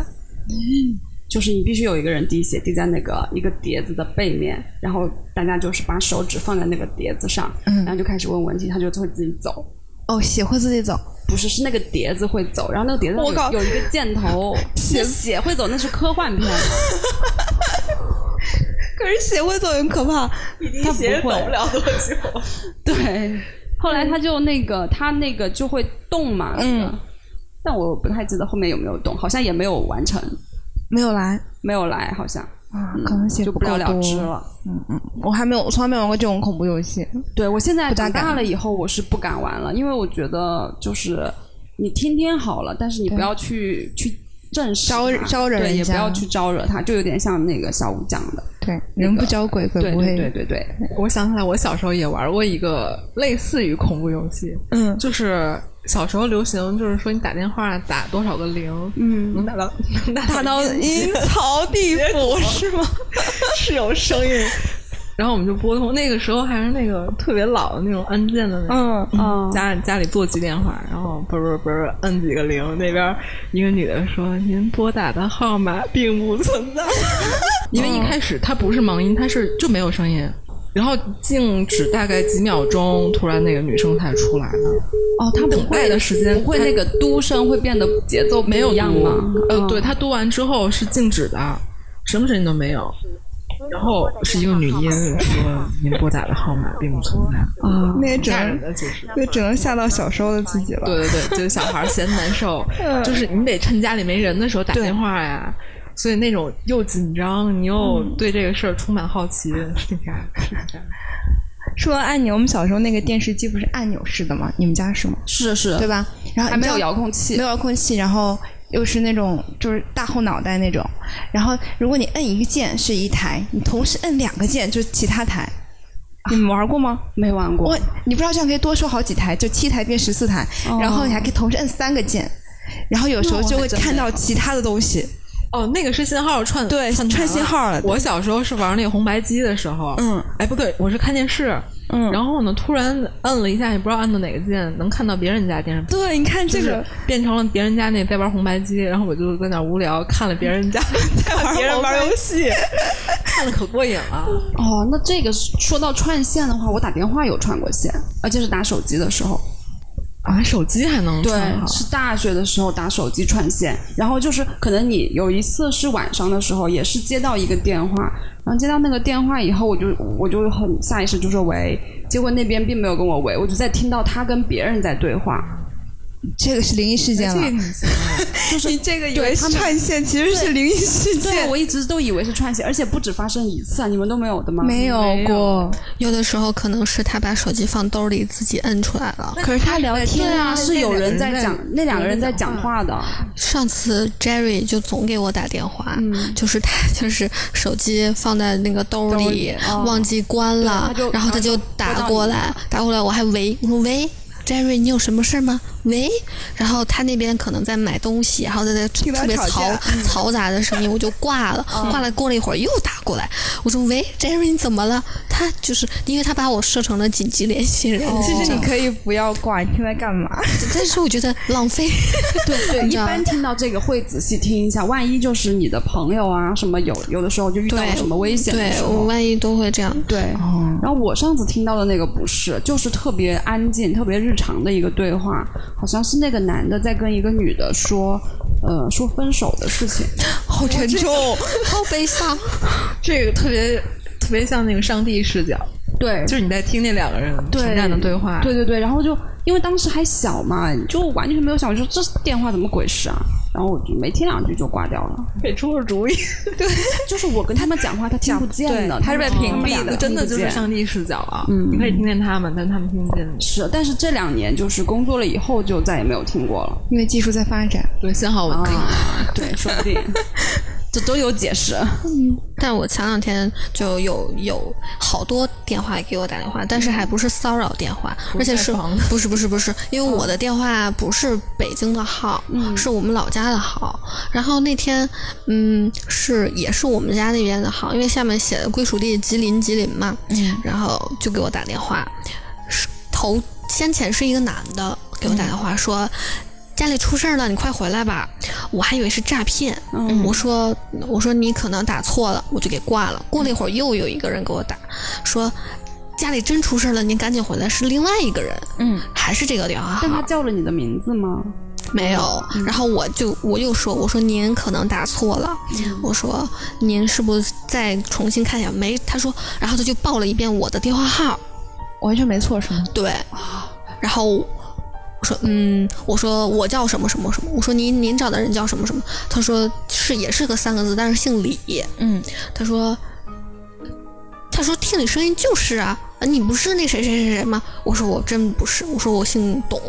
S3: 嗯
S2: 就是你必须有一个人滴血，滴在那个一个碟子的背面，然后大家就是把手指放在那个碟子上，
S3: 嗯
S2: 然后就开始问问题，他就会自己走。
S3: 哦，血会自己走，
S2: 不是，是那个碟子会走，然后那个碟子上
S3: 我靠
S2: 有有一个箭 头，那血会走，那是科幻片，
S3: 可是血会走很可怕。
S2: 他不会走不了多久。对， 后来他就那个，他那个就会动嘛，
S3: 嗯，
S2: 但我不太记得后面有没有动，好像也没有完成，
S3: 没有来
S2: 没有来，好像嗯
S3: 啊，可能血
S2: 就
S3: 不
S2: 不了
S3: 够
S2: 了之
S3: 多。
S2: 了。
S3: 我还没有，我从来没有玩过这种恐怖游戏。
S2: 对我现在
S3: 不大
S2: 长大
S3: 敢
S2: 了以后，我是不敢玩了，因为我觉得就是你听听好了，但是你不要去去正视
S3: 招
S2: 它
S3: 招惹
S2: 对
S3: 人
S2: 也不
S3: 家
S2: 要去招惹他，就有点像那个小五讲的，
S3: 对，
S2: 那
S3: 人不
S2: 个
S3: 招鬼，鬼
S2: 对
S3: 不
S2: 对
S3: 会。
S2: 对对对，
S5: 我想起来，我小时候也玩过一个类似于恐怖游戏，
S3: 嗯，
S5: 就是小时候流行，就是说你打电话打多少个零，嗯，能打到能打
S3: 大到阴曹地府是吗？
S5: 是有声 音， 然后我们就拨通，那个时候还是那个特别老的那种按键的那种。
S3: 嗯，
S2: 嗯，
S5: 家家里座机电话，然后啵啵啵啵摁几个零，那边一个女的说：“您拨打的号码并不存 在。”因为一开始它不是盲音，它是就没有声音，然后静止大概几秒钟，突然那个女生才出来了。
S2: 哦，他
S5: 等待的时间
S2: 不会那个嘟声会变得节奏不
S5: 没有
S2: 一样
S5: 读
S2: 吗？
S5: 呃
S2: 嗯，
S5: 对，他读完之后是静止的，什么声音都没有。然后是一个女医人说：“您拨打的号码并不存在。
S2: 啊，
S3: 嗯
S6: 那也”只
S5: 吓人
S6: 能
S5: 的其实。
S6: 那只能吓到小时候的自己了。
S5: 对对对，就是小孩儿嫌难 受，就是你得趁家里没人的时候打电话呀。所以那种又紧张，你又对这个事儿充满好奇，
S3: 嗯
S5: 是挺吓人的。
S3: 说到按钮，我们小时候那个电视机不是按钮式的吗？你们家是吗？
S2: 是的是的，
S3: 对吧？然后
S2: 嗯还没有
S3: 你知道
S2: 遥控器
S3: 没，有遥控器，然后又是那种就是大后脑袋那种。然后如果你摁一个键是一台，你同时摁两个键就是其他台。你们玩过吗？
S2: 没玩过
S3: 我。你不知道这样可以多说好几台，就七台变十四台，
S2: 哦
S3: 然后你还可以同时摁三个键，然后有时候就会看到其他的东西。啊
S5: 哦，那个是信号串
S3: 对
S5: 串台
S3: 串信号了对
S5: 我小时候是玩那个红白机的时候，
S3: 嗯，
S5: 哎，不对，我是看电视，
S3: 嗯
S5: 然后呢，突然摁了一下，也不知道摁的哪个键，能看到别人家电视。
S3: 对，你看这
S5: 就
S3: 个
S5: 是变成了别人家那在玩红白机，然后我就在那儿无聊看了别人 家在玩别人玩游戏，看的可过瘾 了。
S2: 哦，那这个说到串线的话，我打电话有串过线，而且是打手机的时候。
S5: 啊，手机还能
S2: 对
S5: 串，好
S2: 是大学的时候打手机串线，然后就是可能你有一次是晚上的时候，也是接到一个电话，然后接到那个电话以后，我就我就很下意识就说喂，结果那边并没有跟我喂，我就在听到他跟别人在对话，
S3: 这个是灵异事件
S5: 这个
S3: 了。
S5: 你行啊
S6: 你这个以为
S2: 他
S6: 是
S2: 们
S6: 串线，其实是灵异事
S2: 对
S6: 件。
S2: 我一直都以为是串线，而且不止发生一次啊，你们都没有的吗？
S3: 没有过，
S4: 有的时候可能是他把手机放兜里自己摁出来了。
S3: 可是他聊
S2: 对
S3: 天
S2: 啊，是有人在
S5: 在
S2: 讲，那两个人在讲
S5: 讲
S2: 话的，
S4: 上次 Jerry 就总给我打电话，就是他就是手机放在那个嗯兜
S2: 兜
S4: 里
S2: 里哦
S4: 忘记关了
S2: 对他就，
S4: 然后他就
S2: 拨到
S4: 打
S2: 你
S4: 过来，打过来我还喂，我说喂。Jerry，你有什么事儿吗？喂，然后他那边可能在买东西，然后在那
S6: 听到
S4: 特别
S6: 吵
S4: 嘈
S6: 架
S4: 嘈杂的声音，我就挂了。挂了，过了一会儿又打过来，我说喂，Jerry 你怎么了？他就是因为他把我设成了紧急联系人，
S3: 其实
S4: 你
S3: 你
S4: 可
S3: 可以不要挂，你听在干嘛？
S4: 但是我觉得浪费。
S2: 对对，
S4: 你
S2: 一
S4: 知道
S2: 般听到这个会仔细听一下，万一就是你的朋友啊什么有有的时候就遇到了
S4: 对
S2: 什么危险的
S4: 对
S2: 时
S4: 我
S2: 候。
S4: 万一都会这样。
S2: 对，然后我上次听到的那个不是，就是特别安静、特别日常的一个对话，好像是那个男的在跟一个女的说，呃，说分手的事情。
S3: 好沉重，
S4: 好悲伤。
S5: 这个特别特别像那个上帝视角，
S2: 对，
S5: 就是你在听那两个人
S2: 对
S5: 平淡的对话，
S2: 对对对，然后就因为当时还小嘛，就完全没有想，就这电话怎么回事啊？然后我就没听两句就挂掉了。
S5: 给出了主意，
S2: 就是我跟他们讲话，他听不见的，他是被
S5: 屏蔽的，真的就是上帝视角啊！你可以听见他们，但他们听不见你。
S2: 是，但是这两年就是工作了以后，就再也没有听过了。
S3: 因为技术在发展。
S5: 对，信号稳定。
S2: 啊，对，说 不定这都有解释。
S4: 但我前两天就有有好多电话给我打电话，但是还不是骚扰电话，而且是嗯不嗯是不是不是，因为我的电话不是北京的号，是我们老家的号。然后那天，嗯，是也是我们家那边的号，因为下面写的归属地吉林吉林嘛，然后就给我打电话，是头先前是一个男的给我打电话说。家里出事儿了，你快回来吧！我还以为是诈骗，
S6: 嗯
S2: 嗯
S4: 嗯我说我说你可能打错了，我就给挂了。过了一会儿，又有一个人给我打，说家里真出事儿了，您赶紧回来，是另外一个人，嗯，还是这个电话
S2: 但他
S4: 号
S2: 叫了你的名字吗？
S4: 没有。然后我就我又说，我说您可能打错了，我说您是不是再重新看一下？没，他说，然后他就报了一遍我的电话号，
S3: 完全没错是吗？
S4: 对，然后我说，嗯，我说我叫什么什么什么，我说您您找的人叫什么什么，他说是也是个三个字，但是姓李，
S3: 嗯，
S4: 他说，他说听你声音就是啊，啊你不是那谁谁谁谁吗？我说我真不是，我说我姓董。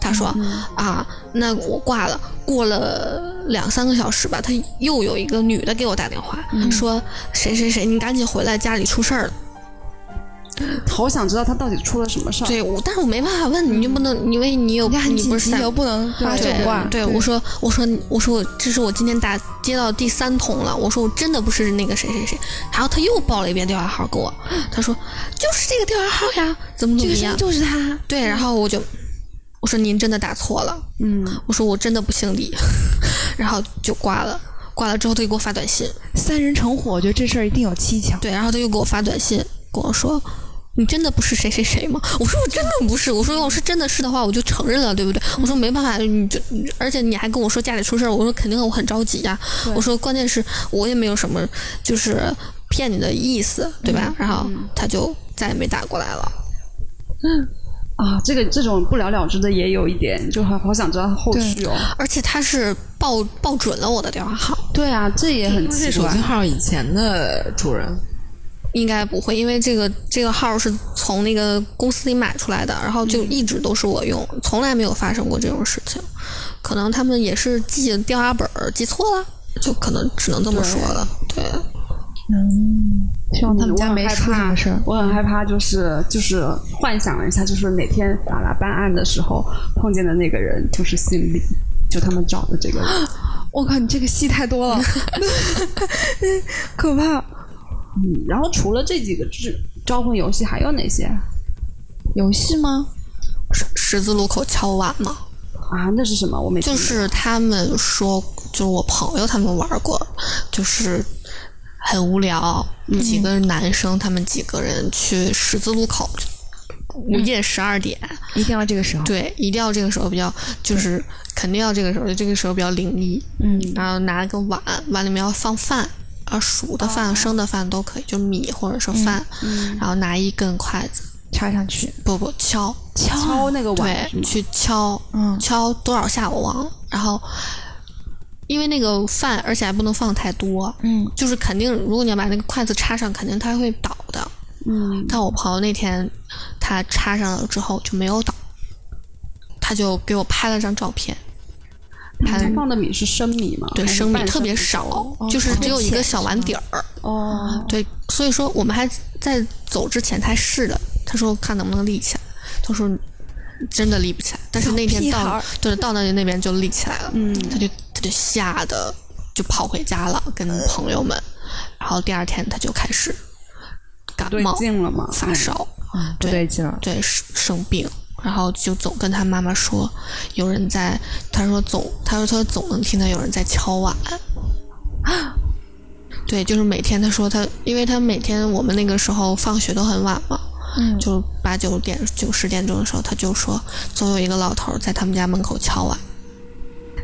S4: 他说、啊，那我挂了。过了两三个小时吧，他又有一个女的给我打电话，说谁谁谁，你赶紧回来，家里出事儿了。
S2: 好想知道他到底出了什么事儿。
S4: 对，我但是我没办法问你，你就不能，因为你有
S3: 嗯你很
S4: 你不
S3: 紧
S4: 是
S3: 急
S4: 在
S3: 的，不能挂就
S4: 对
S3: 挂。
S4: 对，我说我说我说我这是我今天打接到第三通了，我说我真的不是那个谁谁谁，然后他又报了一遍电话号给我，他说就是这个电话号呀，怎么
S3: 这
S4: 怎么
S3: 个声
S4: 样
S3: 音？就是他。
S4: 对，然后我就我说您真的打错了，嗯，我说我真的不姓李， 然后就挂了。挂了之后，他就给我发短信，
S3: 三人成虎，我觉得这事儿一定有蹊跷。
S4: 对，然后他又给我发短信跟我说：“你真的不是谁谁谁吗？” 我说：“我真的不是。”我说：“要是真的是的话，我就承认了，对不对？”我说：“没办法，你就而且你还跟我说家里出事儿，我说肯定我很着急呀、我说关键是我也没有什么就是。”骗你的意思，对吧？然后他就再也没打过来了。
S2: 啊，这个这种不了了之的也有一点，就好好想知道后续哦。
S4: 而且他是报报准了我的电话号，
S2: 对啊，这也很
S5: 这
S2: 奇
S5: 手
S2: 怪
S5: 机。号以前的主人，
S4: 应该不会，因为这个这个号是从那个公司里买出来的，然后就一直都是我用，从来没有发生过这种事情。可能他们也是记电话本儿记错了，就可能只能这么说了。对，
S6: 希望他们家没
S2: 我
S6: 出
S2: 很
S6: 什
S2: 害怕
S6: 么事儿。
S2: 我很害怕，就是就是幻想了一下，就是哪天法拉办案的时候碰见的那个人就是姓李，就他们找的这个人。
S6: 我靠，你这个戏太多 了，可怕！
S2: 嗯，然后除了这几个之招魂游戏，还有哪些啊
S6: 游戏吗？
S4: 十十字路口敲碗嘛，
S2: 啊？那是什么？我没
S4: 就
S2: 听
S4: 是他们说，就是我朋友他们玩过，就是很无聊，几个男生他们几个人去十字路口，午夜十二点，
S3: 一定要这个时候。
S4: 对，一定要这个时候比较，就是肯定要这个时候，这个时候比较灵异。嗯，然后拿个碗，碗里面要放饭，啊，熟的饭、生的饭都可以，就米或者是饭，然后拿一根筷子，
S3: 插上去，
S4: 不不敲
S2: 过敲那个碗
S4: 对，去敲，
S3: 嗯
S4: 敲多少下我忘了。然后，因为那个饭，而且还不能放太多，
S3: 嗯，
S4: 就是肯定，如果你要把那个筷子插上，肯定它会倒的。嗯，但我朋友那天他插上了之后就没有倒，他就给我拍了张照片，拍了
S2: 他放的米是生米吗？
S4: 对
S2: 哦还是
S4: 生米
S2: 半
S4: 特别
S2: 米
S4: 少，就是只有一个小碗底儿。
S2: 哦，
S4: 对，所以说我们还在走之前他试了，他说看能不能立起来，他说真的立不起来，但是那天
S6: 屁孩
S4: 到
S6: 儿
S4: 对到那那边就立起来了，嗯，他就他就吓得就跑回家了，跟朋友们，然后第二天他就开始感
S2: 对
S4: 冒
S2: 劲了吗？
S4: 发烧，
S3: 不对劲了。
S4: 嗯对生生病，然后就总跟他妈妈说有人在，他说总他说他总能听到有人在敲碗。对，就是每天他说他，因为他每天我们那个时候放学都很晚嘛，嗯，就八九点九十点钟的时候，他就说总有一个老头儿在他们家门口敲碗，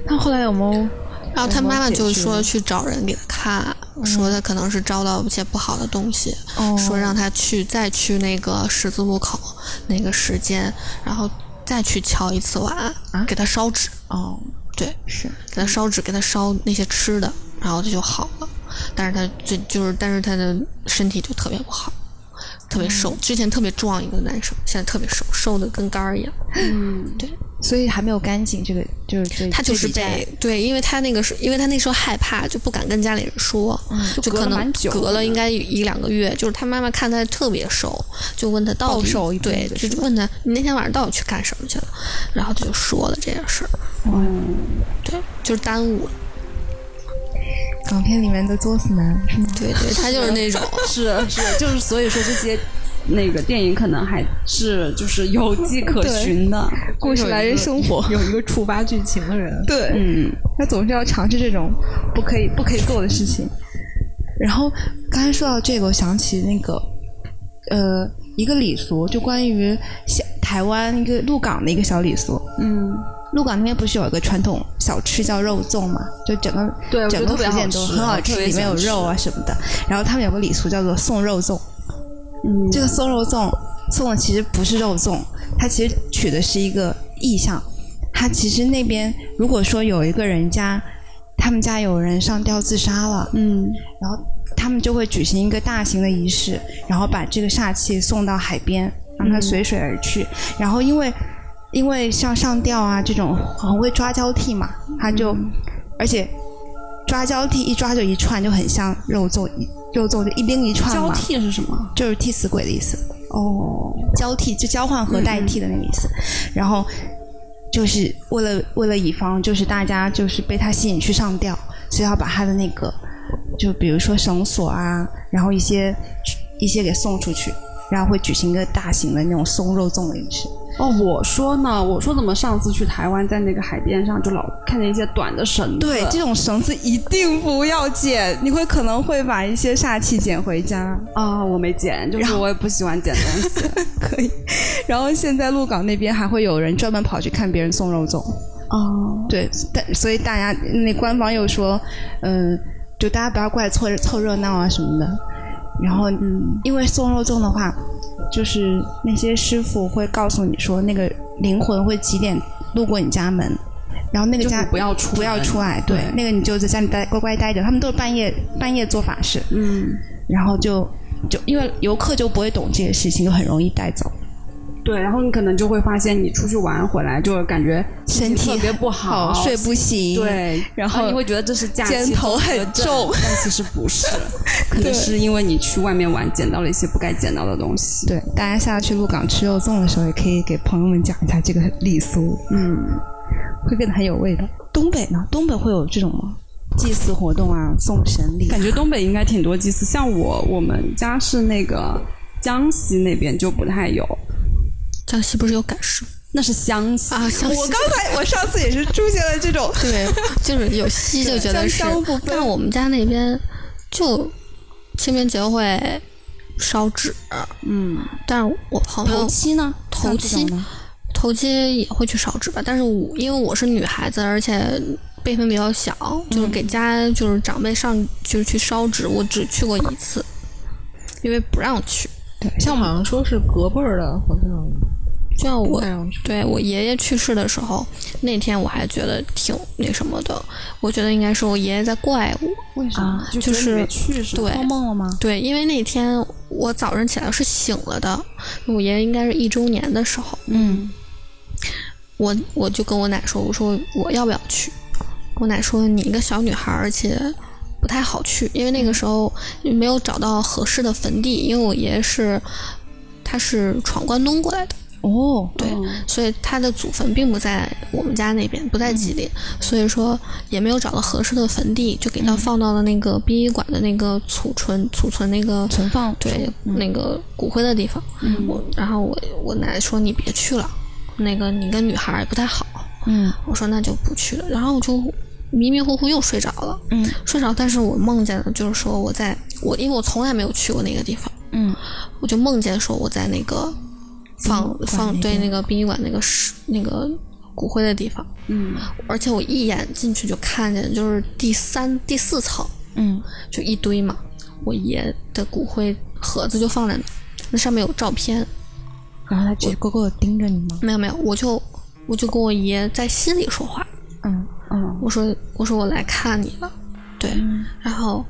S3: 那后来有没有？
S4: 然后他妈妈就说去找人给他看，说
S3: 嗯
S4: 他可能是招到一些不好的东西，说
S3: 哦
S4: 让他去再去那个十字路口那个时间，然后再去敲一次碗，给他烧纸。
S3: 啊哦，
S4: 对，
S3: 是
S4: 给他烧纸，给他烧那些吃的，然后他就好了。但是他最就是，但是他的身体就特别不好，
S3: 嗯
S4: 特别瘦。之前特别壮一个男生，现在特别瘦，瘦的跟杆儿一样。
S5: 嗯
S3: 所以还没有干净，这个就是这
S4: 他就是
S3: 这
S4: 被对，因为他那个时，因为他那时候害怕，就不敢跟家里人说，就
S2: 隔
S4: 可
S2: 了
S4: 能
S2: 蛮久
S4: 隔
S2: 的
S4: 了应该一两个月，就是他妈妈看他特别瘦，就问他到
S3: 暴
S4: 底
S3: 瘦一辈
S4: 对，
S3: 子
S4: 就问他你那天晚上到底去干什么去了，然后他就说了这件事儿，对，就是耽误了，
S3: 港片里面的作死男是吗？
S4: 对对，他就是那种
S2: 是是，就是所以说这些那个电影可能还是就是有迹可循的。
S6: 故事来源于生活。
S5: 有一个触发剧情的人，
S6: 对，
S2: 嗯，
S6: 他总是要尝试这种不可以不可以做的事情。
S3: 然后刚才说到这个，我想起那个，呃，一个礼俗，就关于小台湾一个鹿港的一个小礼俗。嗯，鹿港那边不是有一个传统小吃叫肉粽嘛？就整个
S2: 对我觉
S3: 整
S2: 得特
S3: 个
S2: 别
S3: 福
S2: 好
S3: 建都
S2: 吃
S3: 很好
S2: 我
S3: 吃，
S2: 特别
S3: 里面有
S2: 想吃
S3: 肉啊什么的。然后他们有个礼俗叫做送肉粽。嗯，这个送肉粽送的其实不是肉粽，它其实取的是一个意象。它其实那边如果说有一个人家，他们家有人上吊自杀了，
S2: 嗯，
S3: 然后他们就会举行一个大型的仪式，然后把这个煞气送到海边，让
S2: 嗯
S3: 它随水而去。然后因为因为像上吊啊这种很会抓交替嘛，他就、
S2: 嗯
S3: 而且抓交替一抓就一串，就很像肉粽一肉粽就一拎一串
S2: 交
S3: 嘛，
S2: 替是什么？
S3: 就是替死鬼的意思。
S2: 哦，
S3: 交替，就交换和代替的那个意思。然后就是为了为了以防就是大家就是被他吸引去上吊，所以要把他的那个就比如说绳索啊，然后一些一些给送出去，然后会举行一个大型的那种送肉粽的仪式。
S2: 哦，我说呢，我说怎么上次去台湾，在那个海边上就老看见一些短的绳子，
S6: 对，这种绳子一定不要剪，你会可能会把一些煞气捡回家。
S2: 啊、我没剪， 就是我也不喜欢剪东西。
S6: 可以。然后现在鹿港那边还会有人专门跑去看别人送肉粽。
S2: 哦，
S3: 对，但所以大家那官方又说，嗯、就大家不要过来凑凑热闹啊什么的。然后
S2: 嗯
S3: 因为送肉粽的话，就是那些师傅会告诉你说，那个灵魂会几点路过你家门，然后那个
S2: 就是
S3: 家
S2: 不要出
S3: 不要
S2: 门
S3: 出来，对，
S2: 对
S3: 那个你就在家里待乖乖待着。他们都是半夜半夜做法事，
S2: 嗯，
S3: 然后就就因为游客就不会懂这些事情，就很容易带走。
S2: 对，然后你可能就会发现，你出去玩回来就感觉
S3: 身体
S2: 特别不
S3: 好，睡不醒，，
S2: 对，
S3: 然后
S2: 你会觉得这是假期
S3: 肩头很
S2: 综合症，但其实不 是，可能是因为你去外面玩捡到了一些不该捡到的东西。
S3: 对，大家下去鹿港吃肉粽的时候，也可以给朋友们讲一下这个礼俗，
S2: 嗯，
S3: 会变得很有味道。东北呢？东北会有这种吗？祭祀活动啊，送神礼，
S2: 感觉东北应该挺多祭祀，像我我们家是那个江西那边就不太有，
S4: 江西不是有赶尸
S2: 那是湘西。
S4: 啊？江西
S3: 才我上次也是出现了这种，
S4: 对，就是有西就觉得是
S3: 香香不，
S4: 但我们家那边就清明节会烧纸，
S2: 嗯，
S4: 但是我朋
S3: 头
S4: 友
S3: 七呢？
S4: 头七
S3: 像这种呢？
S4: 头七也会去烧纸吧，但是我因为我是女孩子，而且辈分比较小，就是给家就是长辈上就是去烧纸，我只去过一次，因为不让去。
S5: 像好像说是隔辈儿的，好像
S4: 就像
S5: 不
S4: 我
S5: 太让去。
S4: 对我爷爷去世的时候，那天我还觉得挺那什么的，我觉得应该是我爷爷在怪我。
S2: 为什么？啊就
S4: 就
S2: 觉得
S4: 是
S2: 你没去是吧
S4: 对
S3: 做梦了吗？
S4: 对，因为那天我早上起来是醒了的，我爷爷应该是一周年的时候，
S3: 嗯，
S4: 我我就跟我奶说，我说我要不要去？我奶说你一个小女孩儿，而且不太好去，因为那个时候没有找到合适的坟地，因为我爷爷是他是闯关东过来的，
S3: 哦，
S4: 对，所以他的祖坟并不在我们家那边，不在吉林，
S3: 嗯
S4: 所以说也没有找到合适的坟地，就给他放到了那个殡仪馆的那个储存储存那个
S3: 存嗯放
S4: 对、那个骨灰的地方。我然后我我奶奶说你别去了，那个你跟女孩儿不太好。
S3: 嗯
S4: 我说那就不去了，然后我就迷迷糊糊又睡着了，
S3: 嗯
S4: 睡着，但是我梦见了，就是说我在我因为我从来没有去过那个地方，
S3: 嗯，
S4: 我就梦见说我在那个
S3: 殡仪
S4: 放
S3: 馆
S4: 放
S3: 那
S4: 对
S3: 边
S4: 那个殡仪馆那个是那个骨灰的地方，
S2: 嗯，
S4: 而且我一眼进去就看见就是第三第四层
S3: 嗯，
S4: 就一堆嘛，我爷的骨灰盒子就放在那，那上面有照片，
S3: 然后他直勾勾的盯着你吗？
S4: 没有没有，我就我就跟我爷在心里说话，
S3: 嗯
S4: 我说我说我来看你了，对，然后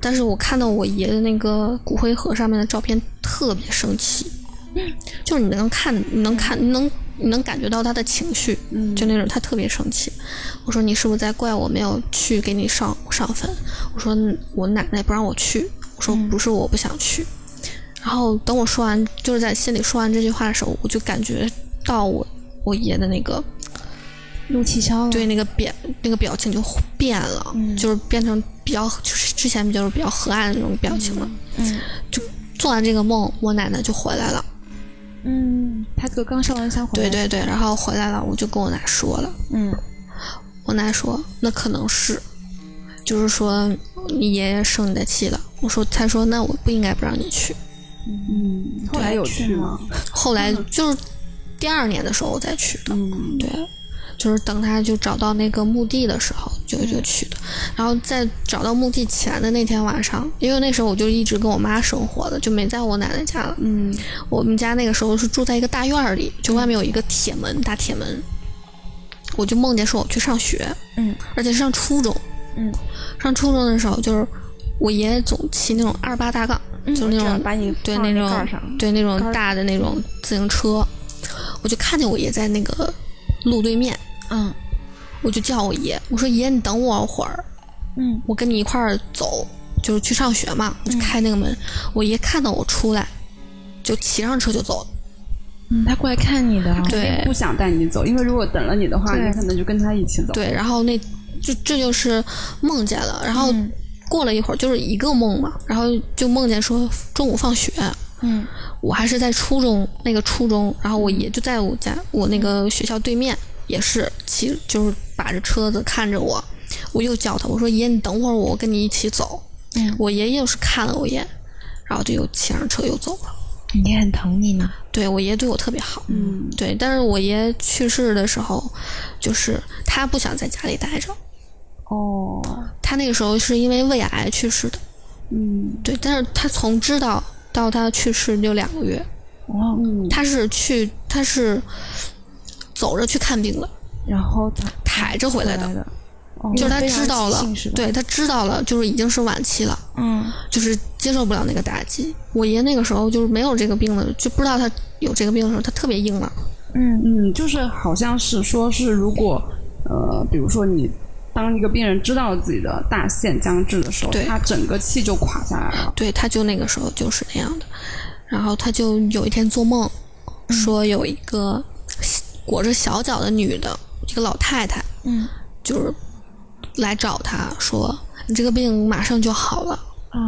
S4: 但是我看到我爷的那个骨灰盒上面的照片，特别生气，就是你能看你能看你能你能感觉到他的情绪，就那种他特别生气。我说你是不是在怪我没有去给你上上坟？我说嗯我奶奶不让我去，我说不是我不想去。然后等我说完，就是在心里说完这句话的时候，我就感觉到我我爷的那个
S3: 怒气消了。
S4: 对那个表那个表情就变了，
S3: 嗯
S4: 就是变成比较就是之前就是比较和蔼的那种表情了。
S3: 嗯
S4: 就做完这个梦，我奶奶就回来了。
S3: 嗯，他哥刚上完香火。
S4: 对，对对，然后回来了，我就跟我奶说了，
S3: 嗯
S4: 我奶说那可能是，就是说你爷爷生你的气了。我说，她说那我不应该不让你去。
S2: 后来有嗯去吗？
S4: 后来
S3: 嗯
S4: 就是第二年的时候我再去的，
S2: 嗯，
S4: 对，啊就是等他就找到那个墓地的时候就就去的，然后在找到墓地前的那天晚上，因为那时候我就一直跟我妈生活的，就没在我奶奶家了。
S2: 嗯，
S4: 我们家那个时候是住在一个大院儿里，就外面有一个铁门，大铁门。我就梦见说我去上学，
S3: 嗯，
S4: 而且是上初中，
S3: 嗯，
S4: 上初中的时候就是我爷爷总骑那种二八大杠，
S3: 嗯
S4: 就是那种
S3: 把你
S4: 对
S3: 放
S4: 那
S3: 盖儿
S4: 种
S3: 上
S4: 对那种大的那种自行车，我就看见我爷在那个路对面，
S3: 嗯
S4: 我就叫我爷，我说爷你等我会儿，
S3: 嗯，
S4: 我跟你一块儿走，就是去上学嘛，我就开那个门，我爷看到我出来，就骑上车就走了，
S3: 嗯，他过来看你的。
S4: 对
S2: 不想带你走，因为如果等了你的话，
S3: 对
S2: 你可能就跟他一起走。
S4: 对，然后那就这就是梦见了，然后
S3: 嗯
S4: 过了一会儿就是一个梦嘛，然后就梦见说中午放学，
S3: 嗯
S4: 我还是在初中那个初中，然后我爷就在我家我那个学校对面，也是骑就是把着车子看着我，我又叫他，我说爷你等会儿我，我跟你一起走。
S3: 嗯
S4: 我爷又是看了我一眼，然后就又骑上车又走了。
S3: 你爹很疼你呢。
S4: 对我爷对我特别好，
S2: 嗯，
S4: 对，但是我爷去世的时候，就是他不想在家里待着，
S2: 哦，
S4: 他那个时候是因为胃癌去世的。
S2: 嗯，
S4: 对，但是他从知道到他去世就两个月，
S3: 哇，嗯
S4: 他是去他是走着去看病的，
S3: 然后
S4: 抬着回来的，
S3: 的，哦
S4: 就是他知道了，
S3: 对，
S4: 对他知道了，就是已经是晚期了，
S3: 嗯，
S4: 就是接受不了那个打击。我爷那个时候就是没有这个病的，就不知道他有这个病的时候，他特别硬朗。
S2: 嗯，就是好像是说是如果呃，比如说你当一个病人知道自己的大限将至的时候，
S4: 对
S2: 他整个气就垮下来了。
S4: 对，他就那个时候就是那样的。然后他就有一天做梦，
S3: 嗯
S4: 说有一个裹着小脚的女的，一个老太太，
S3: 嗯，
S4: 就是来找他说：“你这个病马上就好了，
S3: 啊，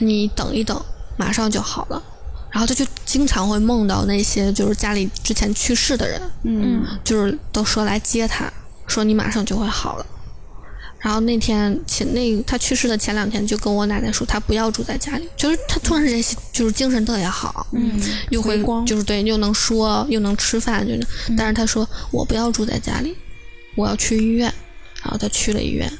S4: 你等一等，马上就好了。”然后他就经常会梦到那些就是家里之前去世的人，
S2: 嗯
S4: 就是都说来接他，说你马上就会好了。然后那天前那他去世的前两天，就跟我奶奶说，他不要住在家里，就是他突然之间就是精神特别好，
S3: 嗯，
S4: 又会
S2: 回光嗯
S4: 就是对，又能说又能吃饭，就是，但是他说我不要住在家里，我要去医院。然后他去了医院，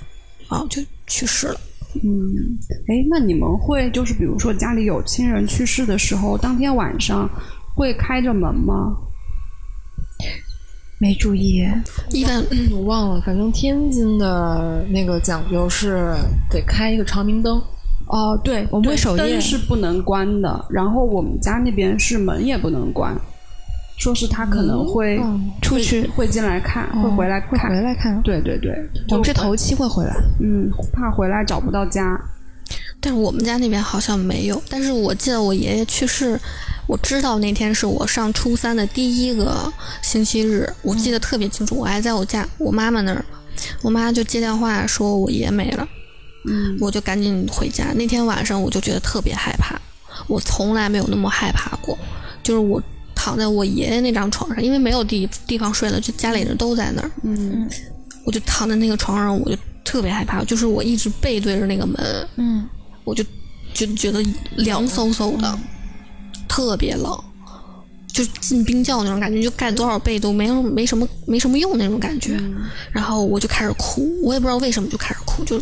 S4: 然后就去世了。
S2: 嗯，哎，那你们会就是比如说家里有亲人去世的时候，当天晚上会开着门吗？
S3: 没注意，
S4: 一般
S5: 我忘了，反正天津的那个讲究是得开一个长明灯，
S2: 哦，对，
S3: 我们会
S2: 对
S3: 守夜
S2: 灯是不能关的，然后我们家那边是门也不能关，说是他可能会、
S3: 出嗯去嗯
S2: 会进来看，会回来
S3: 会
S2: 看。
S3: 回来看，
S2: 对对对，
S3: 我们
S2: 就是
S3: 头七会回来，
S2: 嗯，怕回来找不到家。
S4: 但是我们家那边好像没有。但是我记得我爷爷去世，我知道那天是我上初三的第一个星期日，我记得特别清楚。我还在我家我妈妈那儿，我妈就接电话说我爷没了，
S2: 嗯，
S4: 我就赶紧回家。那天晚上我就觉得特别害怕，我从来没有那么害怕过。就是我躺在我爷爷那张床上，因为没有地地方睡了，就家里人都在那儿，
S2: 嗯
S4: 我就躺在那个床上，我就特别害怕，就是我一直背对着那个门，
S3: 嗯，
S4: 我就就觉得嗯凉飕飕的，特别冷，就进冰窖那种感觉，就盖多少被都没有没什么没什么用那种感觉。然后我就开始哭，我也不知道为什么就开始哭，就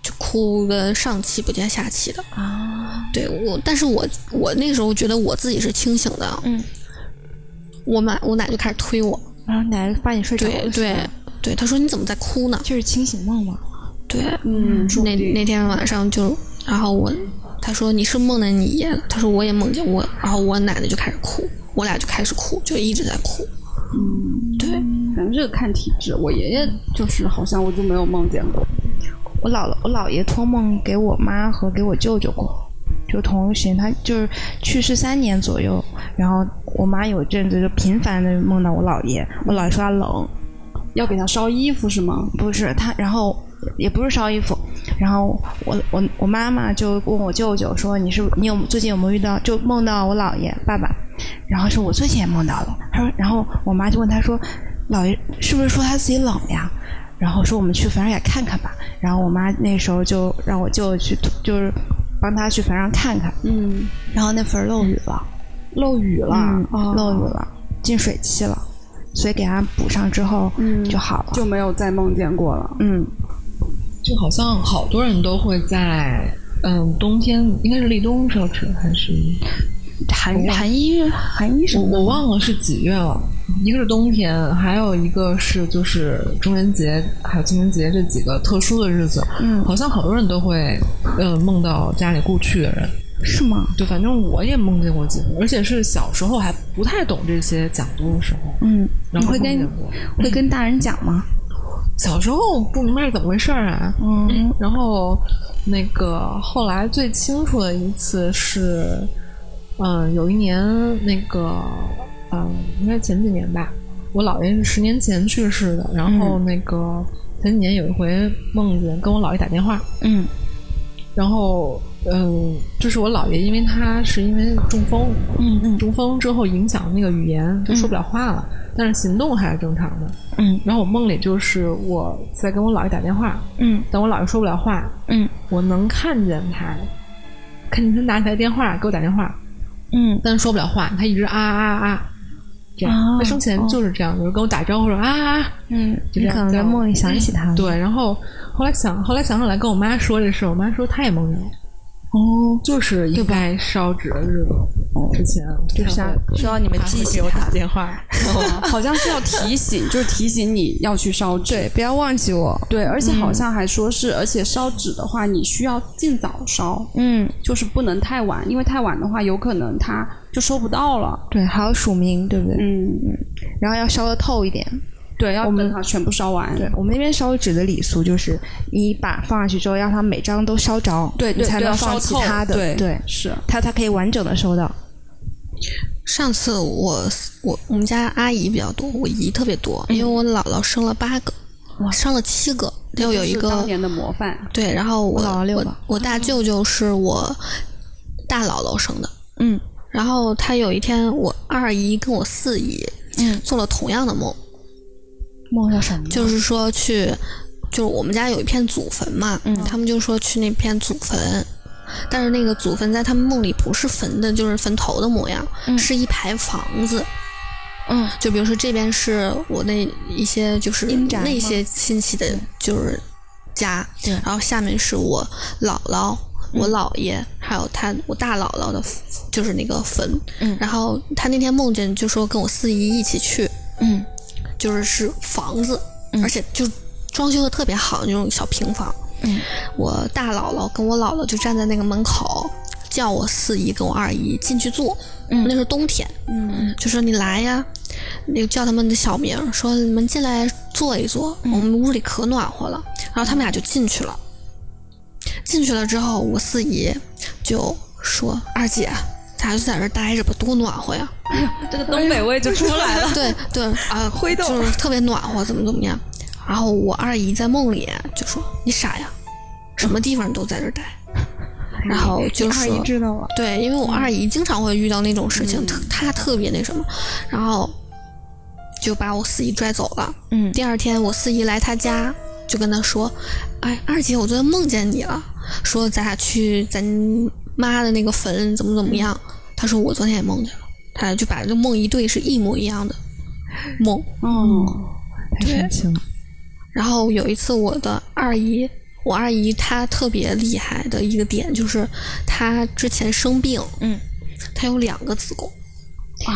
S4: 就哭个上气不接下气的啊。对我，但是我我那时候觉得我自己是清醒的，
S3: 嗯，
S4: 我妈我奶就开始推我，
S3: 然后奶奶把你睡着
S4: 对
S3: 了，
S4: 对对，她说你怎么在哭呢？
S3: 就是清醒梦嘛，
S4: 对，
S2: 嗯，说不
S4: 那
S2: 定
S4: 那天晚上就，然后我他说你是梦见你爷了，他说我也梦见我，然后我奶奶就开始哭，我俩就开始哭，就一直在哭。嗯，对，
S2: 反正这个看体质。我爷爷就是好像我就没有梦见过。
S3: 我姥姥我姥爷托梦给我妈和给我舅舅过，就同一时间，他就是去世三年左右，然后我妈有阵子就频繁的梦到我姥爷，我姥爷说他冷，
S2: 要给他烧衣服是吗？
S3: 不是他，然后也不是烧衣服，然后我我我妈妈就问我舅舅说你是你有最近有没有遇到就梦到我姥爷爸爸，然后说我最近也梦到了，他说然后我妈就问他说姥爷是不是说他自己冷呀？然后说我们去坟上也看看吧，然后我妈那时候就让我舅舅去就是帮他去坟上看看，
S2: 嗯，
S3: 然后那坟儿漏雨了，
S2: 漏雨了，
S3: 嗯，
S2: 哦、
S3: 漏雨了，进水期了，所以给他补上之后
S2: 嗯
S3: 就好了，
S2: 就没有再梦见过 了。
S3: 嗯。
S5: 就好像好多人都会在嗯冬天，应该是立冬烧纸还是
S3: 嗯韩韩医韩医
S5: 我
S3: 生，
S5: 我忘了是几月了。一个是冬天，还有一个是就是中元节还有清明节这几个特殊的日子，
S3: 嗯，
S5: 好像好多人都会呃梦到家里故去的人。
S3: 是吗？
S5: 对，反正我也梦见过几回，而且是小时候还不太懂这些讲究的时候，
S3: 嗯，
S5: 然
S3: 你
S5: 后
S3: 会
S5: 梦
S3: 跟
S5: 见过。
S3: 会跟大人讲吗？
S5: 小时候不明白是怎么回事儿啊，
S3: 嗯
S5: 然后那个后来最清楚的一次是，嗯、有一年那个，嗯、应该前几年吧，我姥爷是十年前去世的，然后那个前几年有一回梦见跟我姥爷打电话，
S3: 嗯
S5: 然后嗯，就是我姥爷，因为他是因为中风，
S3: 嗯嗯
S5: 中风之后影响那个语言，就说不了话了，但是行动还是正常的。
S3: 嗯
S5: 然后我梦里就是我在跟我姥爷打电话，
S3: 嗯
S5: 但我姥爷说不了话，
S3: 嗯
S5: 我能看见他，看见他拿起来电话给我打电话，
S3: 嗯
S5: 但是说不了话，他一直啊啊啊，这样。
S3: 啊
S5: 他生前就是这样，就是跟我打招呼说啊啊，
S3: 嗯，
S5: 就
S3: 你
S5: 这样
S3: 可能在
S5: 叫啊
S3: 梦里想起他了。
S5: 对。然后后来想，后来想起来跟我妈说这事，我妈说她也梦见了，哦，就是哦应该烧纸的日子之前，
S3: 就是啊需要你们记起它。
S5: 电话，
S2: 哦好像是要提醒，就是提醒你要去烧纸。嗯
S3: 对，不要忘记我。
S2: 对，而且好像还说是，而且烧纸的话，你需要尽早烧，
S3: 嗯，
S2: 就是不能太晚，因为太晚的话，有可能它就收不到了。
S3: 对，还要署名，对不对？
S2: 嗯，
S3: 然后要烧的透一点。
S2: 对，要
S3: 我们
S2: 等它全部烧完。
S3: 对我们那边烧纸的礼俗就是，你把放下去之后，要它每张都烧着，
S2: 对
S3: 你
S2: 对，
S3: 才
S2: 对
S3: 能
S2: 要
S3: 放
S2: 烧
S3: 其
S2: 透
S3: 他的，
S2: 对
S3: 对，
S2: 是，
S3: 它才可以完整的收到。
S4: 上次我我我们家阿姨比较多，我姨特别多，因为我姥姥生了八个，
S3: 嗯
S4: 我生了七个，又有一
S2: 这就是当
S4: 个
S2: 年的模范。
S4: 对，然后我
S3: 我姥姥六个
S4: 我我大舅舅是我大姥姥生的，
S3: 嗯，
S4: 然后他有一天我二姨跟我四姨，
S3: 嗯，
S4: 做了同样的梦，
S3: 梦到什么？
S4: 就是说去，就是我们家有一片祖坟嘛，嗯，他们就说去那片祖坟，但是那个祖坟在他们梦里不是坟的，就是坟头的模样，是一排房子。
S3: 嗯，
S4: 就比如说这边是我那一些就是
S3: 阴宅吗
S4: 那些亲戚的，就是家，
S3: 对嗯
S4: 然后下面是我姥姥。我姥爷还有他，我大姥姥的，就是那个坟。
S3: 嗯
S4: 然后他那天梦见，就说跟我四姨一起去，
S3: 嗯
S4: 就是是房子，而且就装修的特别好那种小平房。
S3: 嗯，
S4: 我大姥姥跟我姥姥就站在那个门口，叫我四姨跟我二姨进去坐。
S3: 嗯
S4: 那是冬天，嗯，就说你来呀，那个叫他们的小名儿，说你们进来坐一坐，我们屋里可暖和了。然后他们俩就进去了。进去了之后，我四姨就说：“二姐，咱就在这儿待着吧，多暖和呀。”
S2: 哎这个东北味就出来了。
S4: 对对 啊，
S6: 灰豆
S4: 就是特别暖和，怎么怎么样。然后我二姨在梦里就说：“你傻呀，什么地方都在这儿待。”
S2: 哎
S4: 然后就
S6: 阿姨
S4: 说
S6: 知道了，：“
S4: 对，因为我
S3: 嗯
S4: 二姨经常会遇到那种事情，特她特别那什么。”然后就把我四姨拽走了。
S3: 嗯
S4: 第二天我四姨来她家，就跟她说：“哎，二姐，我昨天梦见你了，说咱俩去咱妈的那个坟怎么
S3: 嗯
S4: 怎么样。”她说：“我昨天也梦见了。”她俩就把这梦一对是一模一样 的梦。
S2: 哦，
S3: 太神奇了。
S4: 然后有一次我的二姨，我二姨她特别厉害的一个点就是她之前生病，
S3: 嗯，
S4: 她有两个子宫。啊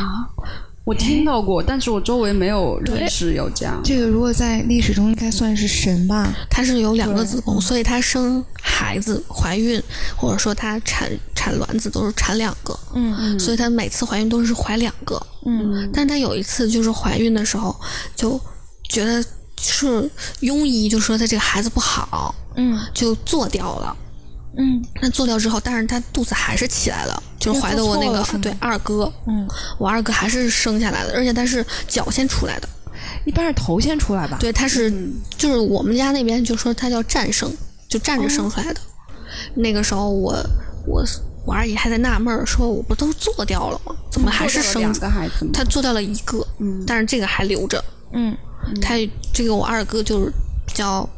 S2: 我听到过，但是我周围没有认识有这样。
S3: 这个如果在历史中应该算是神吧？
S4: 她是有两个子
S3: 嗯
S4: 宫，所以她生孩子、怀孕，或者说她产产卵子都是产两个，
S3: 嗯嗯
S4: 所以她每次怀孕都是怀两个。
S3: 嗯
S4: 但是她有一次就是怀孕的时候就觉得是庸医就说她这个孩子不好，
S3: 嗯
S4: 就做掉了。
S3: 嗯
S4: 那做掉之后，但是她肚子还是起来了，就是怀的我那
S3: 因为做
S4: 个
S3: 错了
S4: 对二哥，
S3: 嗯，
S4: 我二哥还是生下来的，而且他是脚先出来的，
S3: 一般是头先出来吧？
S4: 对，他是、
S2: 嗯
S4: 就是我们家那边就说他叫站生，就站着生出来的。
S2: 哦
S4: 那个时候我我我二姨还在纳闷儿，说我不都做掉了吗？怎么还是
S2: 做掉了两？
S4: 生
S2: 个孩子吗？
S4: 他做掉了一个，但是这个还留着。
S3: 嗯，
S4: 他这个我二哥就是比较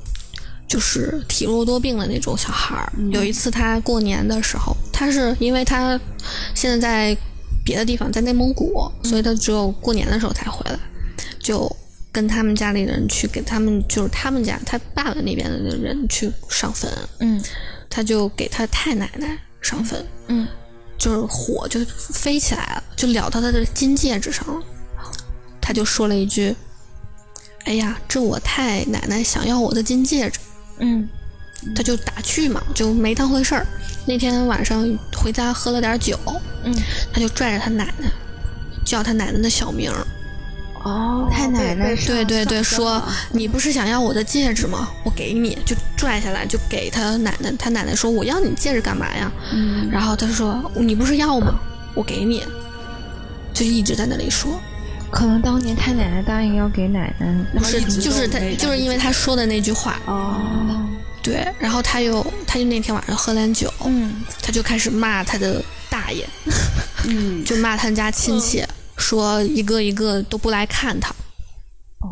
S4: 就是体弱多病的那种小孩儿。
S3: 嗯
S4: 有一次他过年的时候，他是因为他现在在别的地方，在内蒙古，
S3: 嗯
S4: 所以他只有过年的时候才回来，就。跟他们家里人去给他们，就是他们家他爸爸那边的人去上坟，
S3: 嗯
S4: 他就给他太奶奶上坟，
S3: 嗯，
S4: 就是火就飞起来了，就燎到他的金戒指上了。他就说了一句：“哎呀，这我太奶奶想要我的金戒指。
S3: 嗯”
S4: 他就打趣嘛，就没当回事儿。那天晚上回家喝了点酒，
S3: 嗯，
S4: 他就拽着他奶奶，叫他奶奶的小名儿，
S2: 哦，
S3: 太奶奶是
S4: 对对对，说
S3: 啊
S4: 你不是想要我的戒指吗？我给你，就拽下来就给他奶奶。他奶奶说我要你戒指干嘛呀？
S3: 嗯
S4: 然后他说你不是要吗？我给你，就一直在那里说，
S3: 可能当年太奶奶答应要给奶奶，
S4: 不是就是他
S2: 没
S4: 就是因为他说的那句话，
S2: 哦，
S4: 对。然后他又他就那天晚上喝点酒，
S3: 嗯
S4: 他就开始骂他的大爷，
S2: 嗯，
S4: 就骂他们家亲戚，说一个一个都不来看他
S3: 哦，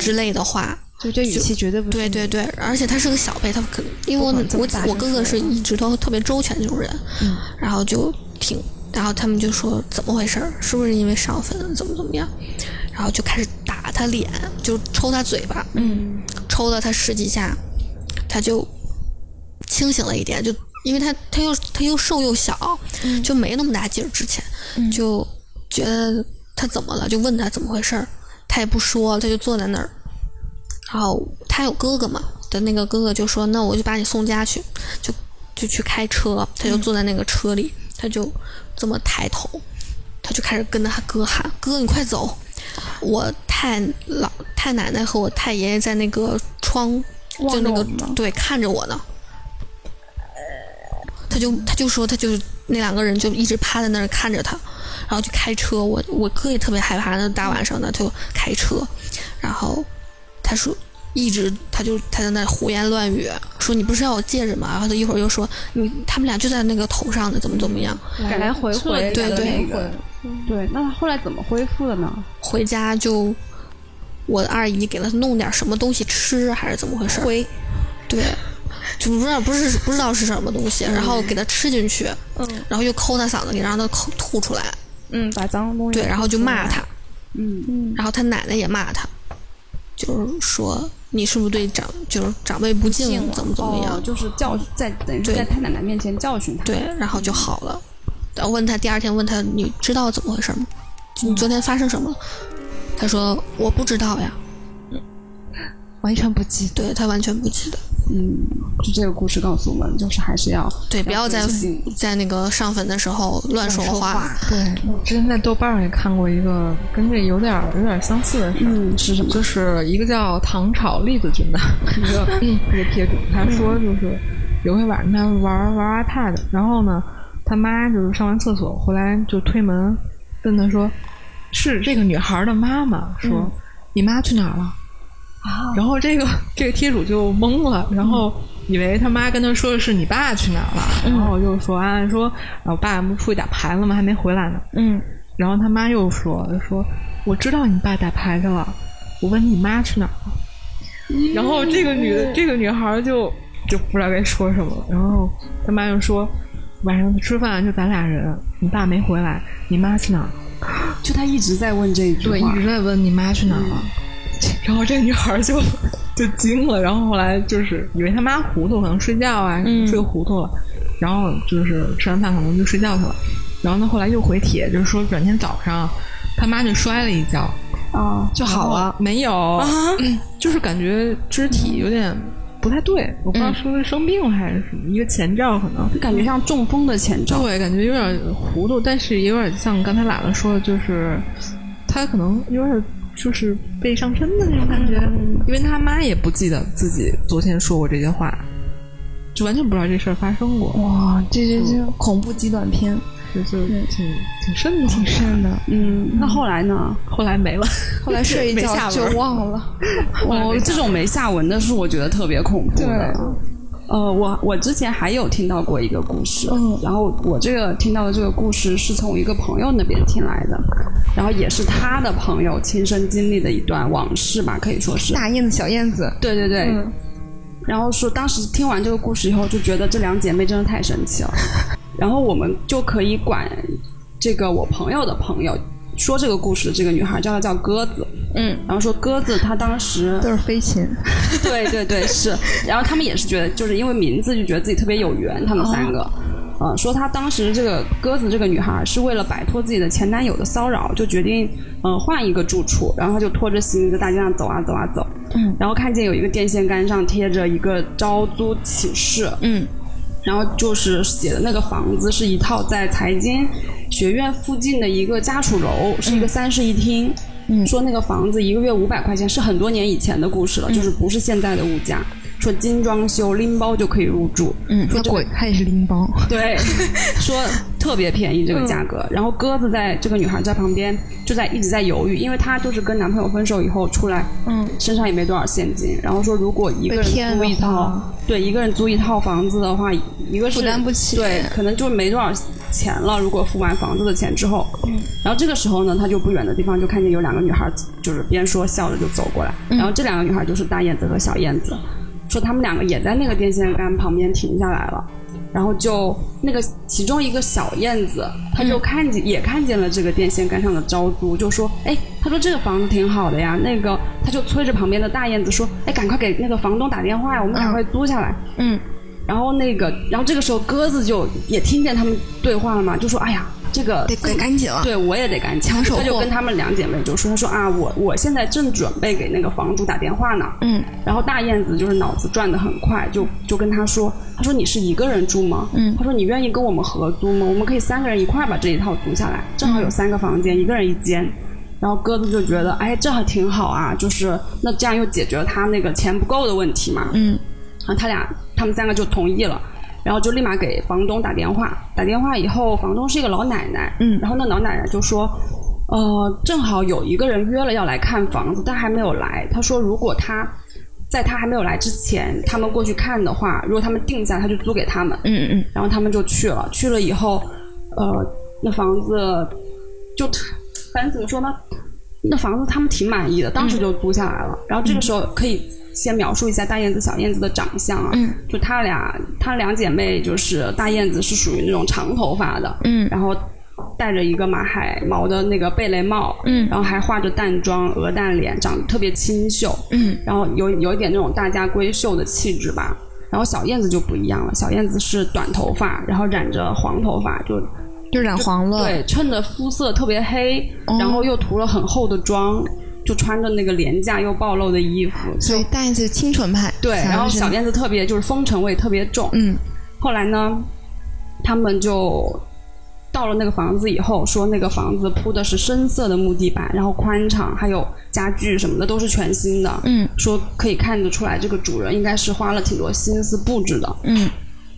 S4: 之类的话。
S3: 就这语气绝对不
S4: 对
S3: 是
S4: 对对，而且他是个小辈，他可能因为我
S3: 不可能这么
S4: 我
S3: 大
S4: 我
S3: 声
S4: 哥哥
S3: 说
S4: 是一直都特别周全这种人，
S3: 嗯
S4: 然后就挺，然后他们就说怎么回事儿，是不是因为上坟怎么怎么样，然后就开始打他脸，就抽他嘴巴，
S3: 嗯
S4: 抽了他十几下，他就清醒了一点，就因为它它又它又瘦又小，
S3: 嗯
S4: 就没那么大劲儿。之前、就觉得他怎么了，就问他怎么回事儿，他也不说，他就坐在那儿。然后他有哥哥嘛，的那个哥哥就说：“那我就把你送家去。”就就去开车，他就坐在那个车里，他就这么抬头，他就开始跟他哥喊：“哥，你快走！”我太老太奶奶和我太爷爷在那个窗，就
S6: 望着
S4: 那
S6: 我
S4: 个
S6: 们吗
S4: 对看着我呢。他就他就说他就那两个人就一直趴在那儿看着他，然后就开车。我我哥也特别害怕，那大晚上的他就开车，然后他说一直他就他在那胡言乱语，说你不是要我戒指吗？然后他一会儿又说你他们俩就在那个头上呢，怎么怎么样？
S6: 来回回
S4: 对
S6: 的
S4: 对
S6: 那个
S2: 对，那他后来怎么恢复的呢？
S4: 回家就我的二姨给他弄点什么东西吃，还是怎么回事？
S6: 回
S4: 对，就不知道不是不知道是什么东西，然后给他吃进去，
S6: 嗯
S4: 然后又抠他嗓子，给让他抠吐出来，
S6: 嗯，把脏东西
S4: 对，然后就骂他，
S2: 嗯，
S4: 然后他奶奶也骂他，就是说你是不是对长就是长辈不敬，怎么怎么样？嗯
S2: 哦就是教在等于是
S4: 对
S2: 在他奶奶面前教训他。
S4: 对，然后就好了。然后问他第二天问他你知道怎么回事吗？你昨天发生什么了？他说我不知道呀，
S3: 完全不 记得。
S4: 对他完全不记得。
S2: 嗯，就这个故事告诉我们，就是还是要
S4: 对，不要在
S2: 自信
S4: 在那个上坟的时候乱说话。
S5: 对，我哦之前在豆瓣上也看过一个跟这有点儿有点儿相似的事儿，
S2: 嗯是什么？
S5: 就是一个叫唐朝栗子君的一个一个帖主，他说就是有一天晚上他玩玩 iPad，然后呢，他妈就是上完厕所回来就推门问他说，是这个女孩的妈妈说、你妈去哪儿了？然后这个这个贴主就懵了，然后以为他妈跟他说的是你爸去哪儿了，然后就说啊说啊我爸不出去打牌了吗？还没回来呢。
S6: 嗯，
S5: 然后他妈又说说我知道你爸打牌去了，我问你妈去哪儿了。然后这个女的这个女孩儿就就不知道该说什么了，然后他妈就说晚上吃饭就咱俩人，你爸没回来，你妈去哪儿了？
S2: 就他一直在问这一句
S5: 对，一
S2: 话，
S5: 直在问你妈去哪儿了。嗯然后这女孩儿就就惊了，然后后来就是以为他妈糊涂，可能睡觉啊、睡糊涂了，然后就是吃完饭可能就睡觉去了。然后呢，后来又回帖，就是说转天早上他妈就摔了一跤，
S2: 啊，
S5: 就好了，没有啊、 就是感觉肢体有点不太对，我不知道是不是生病了还是什么、一个前兆，可能。
S2: 就感觉像中风的前兆。
S5: 对，感觉有点糊涂，但是也有点像刚才喇叭说的，就是他可能有点就是被上身的那种感觉，因为他妈也不记得自己昨天说过这些话，就完全不知道这事儿发生过，
S3: 哇，这这这恐怖极短片，
S5: 就就挺挺慎重，挺
S3: 真的。
S2: 嗯，那后来呢？
S5: 后来没了，
S3: 后来睡一
S5: 没
S3: 觉
S5: 下文
S3: 就忘了。
S2: 哦，这种没下文的是我觉得特别恐怖的。呃，我我之前还有听到过一个故事，
S3: 嗯
S2: 然后我这个听到的这个故事是从一个朋友那边听来的，然后也是他的朋友亲身经历的一段往事吧，可以说是。
S3: 大燕子，小燕子，
S2: 对对对。
S3: 嗯
S2: 然后说，当时听完这个故事以后，就觉得这两姐妹真的太神奇 了。然后我们就可以管这个我朋友的朋友说这个故事的这个女孩叫她叫鸽子，
S6: 嗯，
S2: 然后说鸽子她当时
S3: 都是飞禽。
S2: 对对对，是。然后他们也是觉得，就是因为名字就觉得自己特别有缘，他们三个。嗯，说她当时这个鸽子这个女孩是为了摆脱自己的前男友的骚扰，就决定嗯、呃换一个住处，然后她就拖着行李在大街上走啊走啊走，嗯，然后看见有一个电线杆上贴着一个招租启事，
S6: 嗯，
S2: 然后就是写的那个房子是一套在财经学院附近的一个家属楼，是一个三室一厅。嗯，说那个房子一个月五百块钱是很多年以前的故事了，就是不是现在的物价。说精装修拎包就可以入住，
S3: 嗯，说鬼，它也是拎包。
S2: 对， 说特别便宜这个
S3: 嗯
S2: 价格。然后鸽子在这个女孩在旁边就在一直在犹豫，因为她就是跟男朋友分手以后出来，
S3: 嗯，
S2: 身上也没多少现金。然后说如果一个人
S3: 被骗
S2: 租一
S3: 的话
S2: 套，对，一个人租一套房子的话，一个是
S3: 负担不起
S2: 对，可能就没多少钱了。如果付完房子的钱之后，嗯，然后这个时候呢，他就不远的地方就看见有两个女孩，就是边说笑着就走过来。
S3: 嗯
S2: 然后这两个女孩就是大燕子和小燕子，说她们两个也在那个电线杆旁边停下来了。然后就那个其中一个小燕子，她就看见、也看见了这个电线杆上的招租，就说：“哎，她说这个房子挺好的呀。”那个她就催着旁边的大燕子说：“哎，赶快给那个房东打电话呀，我们赶快租下来。”
S3: 嗯，
S2: 然后那个，然后这个时候鸽子就也听见他们对话了嘛，就说：“哎呀，这个
S3: 得得赶紧了。
S2: 对我也得赶紧
S3: 抢手货
S2: 他就跟他们两姐妹就说：“他说啊，我我现在正准备给那个房主打电话呢。”
S3: 嗯，
S2: 然后大燕子就是脑子转得很快，就就跟他说：“他说你是一个人住吗？
S3: 嗯
S2: 他说你愿意跟我们合租吗？我们可以三个人一块儿把这一套租下来，正
S3: 嗯
S2: 好有三个房间，一个人一间。”然后鸽子就觉得，哎，这还挺好啊，就是那这样又解决了他那个钱不够的问题嘛。
S3: 嗯，
S2: 然后啊他俩他们三个就同意了，然后就立马给房东打电话。打电话以后，房东是一个老奶奶，
S3: 嗯
S2: 然后那老奶奶就说。呃，正好有一个人约了要来看房子，但还没有来。他说，如果他在他还没有来之前，他们过去看的话，如果他们定下，他就租给他们。
S3: 嗯嗯
S2: 然后他们就去了，去了以后，呃，那房子就反正怎么说呢，那房子他们挺满意的，
S3: 嗯
S2: 当时就租下来了。然后这个时候可以先描述一下大燕子、小燕子的长相啊，
S3: 嗯
S2: 就她俩，她两姐妹就是大燕子是属于那种长头发的，
S3: 嗯
S2: 然后戴着一个马海毛的那个贝雷帽，
S3: 嗯
S2: 然后还化着淡妆、鹅蛋脸，长得特别清秀，
S3: 嗯
S2: 然后有有一点那种大家闺秀的气质吧。然后小燕子就不一样了，小燕子是短头发，然后染着黄头发，就
S3: 嗯，就染黄了。
S2: 对，衬着肤色特别黑，
S3: 哦
S2: 然后又涂了很厚的妆，就穿着那个廉价又暴露的衣服，
S3: 所以大燕子清纯派。
S2: 对。然后
S3: 是啊
S2: 小燕子特别就是风尘味特别重。
S3: 嗯
S2: 后来呢，他们就到了那个房子以后，说那个房子铺的是深色的木地板，然后宽敞，还有家具什么的都是全新的。
S3: 嗯
S2: 说可以看得出来，这个主人应该是花了挺多心思布置的。
S3: 嗯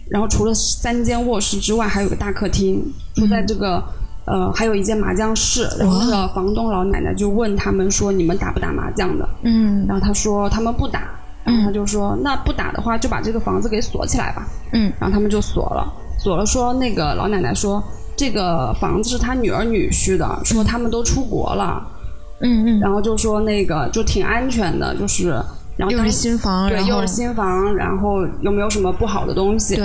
S2: 然后除了三间卧室之外，还有个大客厅，说在这个、
S3: 嗯
S2: 呃还有一间麻将室。然后那个房东老奶奶就问他们说：“你们打不打麻将的？”
S3: 嗯
S2: 然后他说他们不打，然后他就说、那不打的话就把这个房子给锁起来吧。
S3: 嗯，
S2: 然后他们就锁了，锁了说那个老奶奶说这个房子是他女儿女婿的，说他们都出国了，
S3: 嗯嗯，
S2: 然后就说那个就挺安全的，就是然后
S3: 又
S2: 当
S3: 是新房，
S2: 对
S3: 然后
S2: 又是新房，然后有没有什么不好的东西？
S3: 对，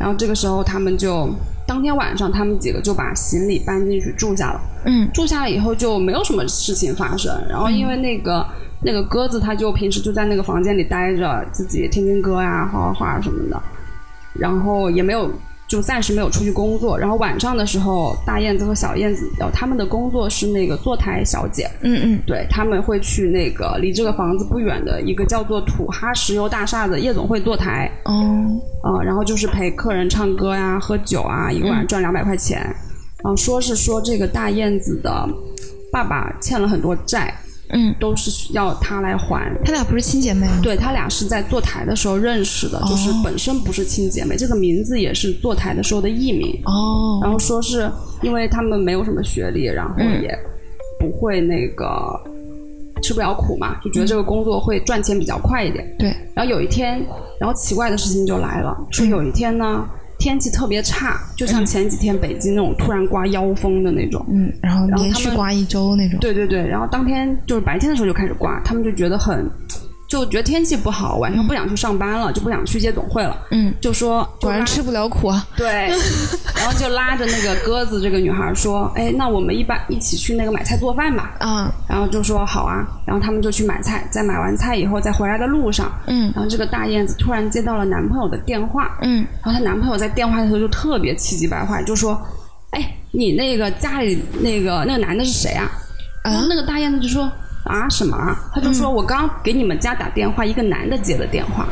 S2: 然后这个时候他们就当天晚上他们几个就把行李搬进去住下了。
S3: 嗯
S2: 住下来以后就没有什么事情发生。然后因为那个、那个鸽子，它就平时就在那个房间里待着，自己听听歌呀、画画画什么的，然后也没有就暂时没有出去工作。然后晚上的时候，大燕子和小燕子，呃，他们的工作是那个坐台小姐，
S3: 嗯嗯
S2: 对他们会去那个离这个房子不远的一个叫做土哈石油大厦的夜总会坐台。
S3: 哦，
S2: 啊、然后就是陪客人唱歌呀、喝酒啊，一个
S3: 嗯
S2: 晚上赚两百块钱。然后说是说这个大燕子的爸爸欠了很多债，
S3: 嗯，
S2: 都是需要他来还。
S3: 她俩不是亲姐妹吗？
S2: 对他俩是在坐台的时候认识的，就是
S3: 哦
S2: 本身不是亲姐妹，这个名字也是坐台的时候的艺名。
S3: 哦，
S2: 然后说是因为他们没有什么学历，然后
S3: 嗯
S2: 也不会那个吃不了苦嘛，就觉得这个工作会赚钱比较快一点。
S3: 嗯对，嗯
S2: 然后有一天，然后奇怪的事情就来了，说有一天呢，天气特别差，就像前几天北京那种突然刮妖风的那种。
S3: 嗯，然后
S2: 然后
S3: 连
S2: 他
S3: 续
S2: 们
S3: 刮一周那种。
S2: 对对对，然后当天就是白天的时候就开始刮，他们就觉得很，就觉得天气不好，晚上不想去上班了，就不想去夜总会了，
S3: 嗯，
S2: 就说就
S3: 果然
S2: 拉
S3: 吃不了苦啊。
S2: 对， 然后就拉着那个鸽子这个女孩说，哎，那我们一般一起去那个买菜做饭吧，
S3: 啊，
S2: 然后就说好啊，然后他们就去买菜，在买完菜以后，在回来的路上，
S3: 嗯
S2: 然后这个大燕子突然接到了男朋友的电话，
S3: 嗯
S2: 然后她男朋友在电话的时候就特别气急败坏，就说：“哎，你那个家里那个那个男的是谁啊？”然后那个大燕子就说：“啊什么啊？”他就说：“我刚给你们家打电话，一个男的接的电话。”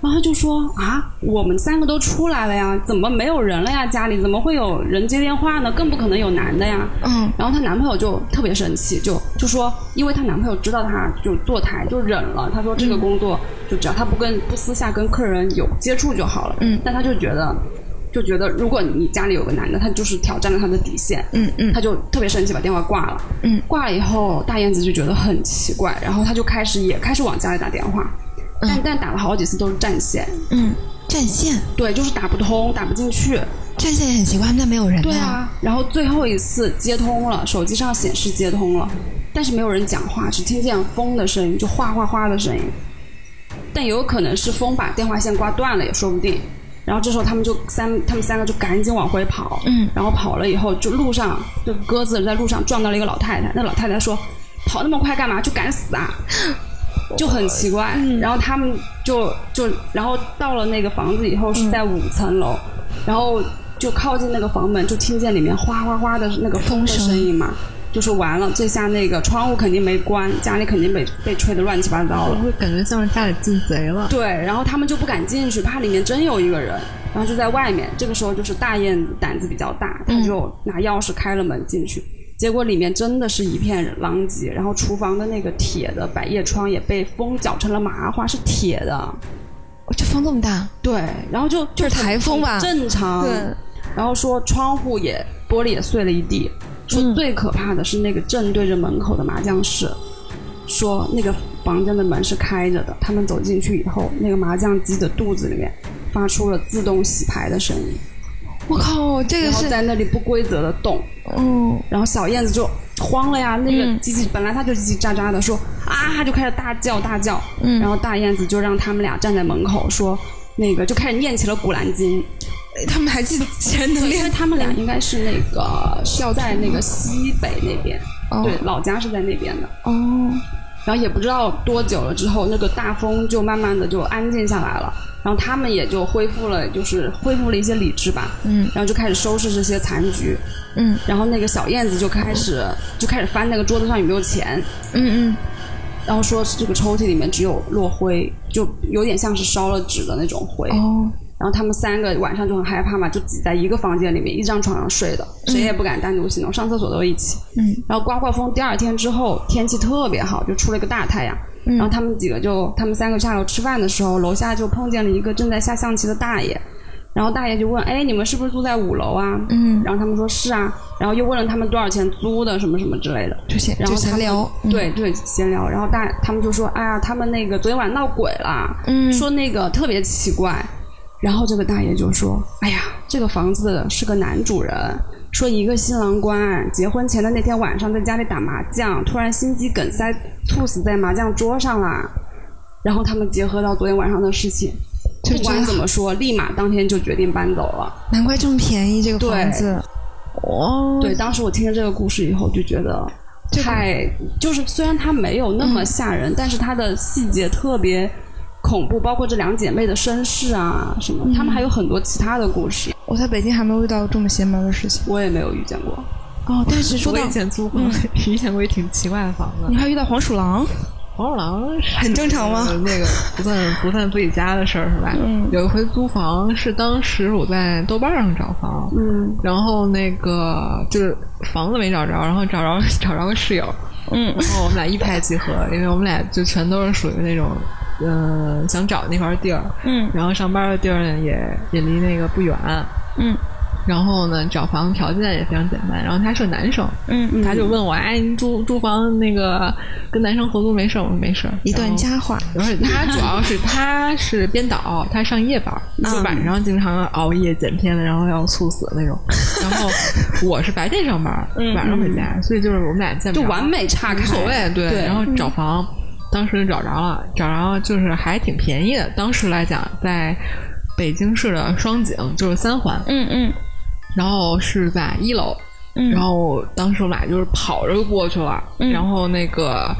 S2: 然后就说啊，我们三个都出来了呀，怎么没有人了呀？家里怎么会有人接电话呢？更不可能有男的呀。
S3: 嗯
S2: 然后她男朋友就特别生气，就就说，因为她男朋友知道她就坐台就忍了，她说这个工作、就只要她不跟不私下跟客人有接触就好了。
S3: 嗯
S2: 但她就觉得就觉得如果你家里有个男的，他就是挑战了她的底线，
S3: 嗯嗯
S2: 她就特别生气，把电话挂了。
S3: 嗯
S2: 挂了以后，大燕子就觉得很奇怪，然后她就开始也开始往家里打电话，但、但打了好几次都是占线，
S3: 嗯，占线，
S2: 对，就是打不通，打不进去。
S3: 占线也很奇怪，他们那没有人。
S2: 对，啊，然后最后一次接通了，手机上显示接通了，但是没有人讲话，只听见风的声音，就哗哗哗的声音。但也有可能是风把电话线刮断了，也说不定。然后这时候他们就三，他们三个就赶紧往回跑。
S3: 嗯
S2: 然后跑了以后，就路上就鸽子在路上撞到了一个老太太，那老太太说：“跑那么快干嘛？就赶死啊！”就很嗯奇怪。然后他们就就然后到了那个房子以后是在五层楼，然后就靠近那个房门，就听见里面哗哗哗的那个风的声音嘛。就说完了，这下那个窗户肯定没关，家里肯定被被吹得乱七八糟
S5: 我
S2: 了。
S5: 会感觉像是家里进贼了。
S2: 对，然后他们就不敢进去，怕里面真有一个人，然后就在外面。这个时候就是大雁胆子比较大，他就拿钥匙开了门进去，结果里面真的是一片狼藉，然后厨房的那个铁的百叶窗也被风搅成了麻花，是铁的。
S3: 这风这么大，
S2: 对，然后就
S3: 就是
S2: 很
S3: 台风
S2: 很
S3: 吧
S2: 正常。
S3: 对，
S2: 然后说窗户也玻璃也碎了一地，
S3: 嗯
S2: 说最可怕的是那个正对着门口的麻将室，说那个房间的门是开着的，他们走进去以后，那个麻将机的肚子里面发出了自动洗牌的声音，
S3: 我靠，这个
S2: 然后
S3: 是
S2: 在那里不规则的动，
S3: 嗯，
S2: 然后小燕子就慌了呀，那个叽叽、本来她就叽叽喳喳的说啊，就开始大叫大叫，嗯、然后大燕子就让他们俩站在门口说。那个就开始念起了《古兰经》，
S3: 他们还记前能
S2: 因为
S3: 练，
S2: 他们俩应该是那个是要在那个西北那边，
S3: 哦
S2: 对，老家是在那边的。
S3: 哦，
S2: 然后也不知道多久了之后，那个大风就慢慢的就安静下来了，然后他们也就恢复了，就是恢复了一些理智吧。
S3: 嗯，
S2: 然后就开始收拾这些残局。
S3: 嗯，
S2: 然后那个小燕子就开始就开始翻那个桌子上有没有钱，
S3: 嗯嗯，
S2: 然后说这个抽屉里面只有落灰，就有点像是烧了纸的那种灰。
S3: 哦，
S2: 然后他们三个晚上就很害怕嘛，就挤在一个房间里面，一张床上睡的，谁也不敢单独行动，上厕所都一起。
S3: 嗯。
S2: 然后刮刮风，第二天之后天气特别好，就出了一个大太阳。
S3: 嗯
S2: 然后他们几个就，他们三个下楼吃饭的时候，楼下就碰见了一个正在下象棋的大爷。然后大爷就问：“哎，你们是不是住在五楼啊？”
S3: 嗯，
S2: 然后他们说是啊，然后又问了他们多少钱租的，什么什么之类的。
S3: 就闲
S2: 然
S3: 就
S2: 后他
S3: 闲
S2: 们
S3: 聊，嗯，
S2: 对对，闲聊。然后大他们就说：“哎呀，他们那个昨天晚上闹鬼了，
S3: 嗯
S2: 说那个特别奇怪。”然后这个大爷就说：“哎呀，这个房子是个男主人，说一个新郎官结婚前的那天晚上在家里打麻将，突然心肌梗塞猝死在麻将桌上啦。”然后他们结合到昨天晚上的事情，
S3: 就
S2: 不
S3: 觉
S2: 管
S3: 得
S2: 怎么说，立马当天就决定搬走了。
S3: 难怪这么便宜这个
S2: 对
S3: 房子，哦，
S2: 对，当时我听了这个故事以嗯后，就觉得太就是虽然它没有那么吓人，但是它的细节特别恐怖，包括这两姐妹的身世啊什么，她们还有很多其他的故事，
S3: 我在北京还没有遇到这么邪门的事情。
S2: 我也没有遇见过。
S3: 哦，但是说
S5: 我
S3: 到
S5: 以前租过，以嗯前过也挺奇怪的房子
S3: 你。还遇到黄鼠狼，
S5: 黄鼠狼
S3: 很正常吗
S5: 呃那个不算不算自己家的事儿是吧？
S3: 嗯
S5: 有一回租房是当时我在豆瓣上找房，
S2: 嗯，
S5: 然后那个就是房子没找着，然后找着 找着个室友，
S3: 嗯，
S5: 然后我们俩一拍即合，因为我们俩就全都是属于那种。嗯，想找那块地儿，
S3: 嗯，
S5: 然后上班的地儿呢也也离那个不远，
S3: 嗯，
S5: 然后呢找房条件也非常简单，然后他是个男生，
S3: 嗯，
S5: 他就问我，哎，你租租房那个跟男生合租没事儿？我说没事儿。
S3: 一段佳话，
S5: 然后。而且他主要是他是编导，他上夜班儿，
S2: 嗯
S5: 就晚上经常熬夜剪片子，然后要猝死那种。然后我是白天上班儿，晚上回家，所以就是我们俩见
S2: 嗯
S5: 不
S2: 就
S5: 着
S2: 完美岔开，
S5: 无所谓。对，
S2: 对嗯
S5: 然后找房，当时就找着了，找着就是还挺便宜的。当时来讲，在北京市的双井，就是三环，
S3: 嗯嗯
S5: 然后是在一楼，
S3: 嗯
S5: 然后当时我们俩就是跑着就过去了，然后那个。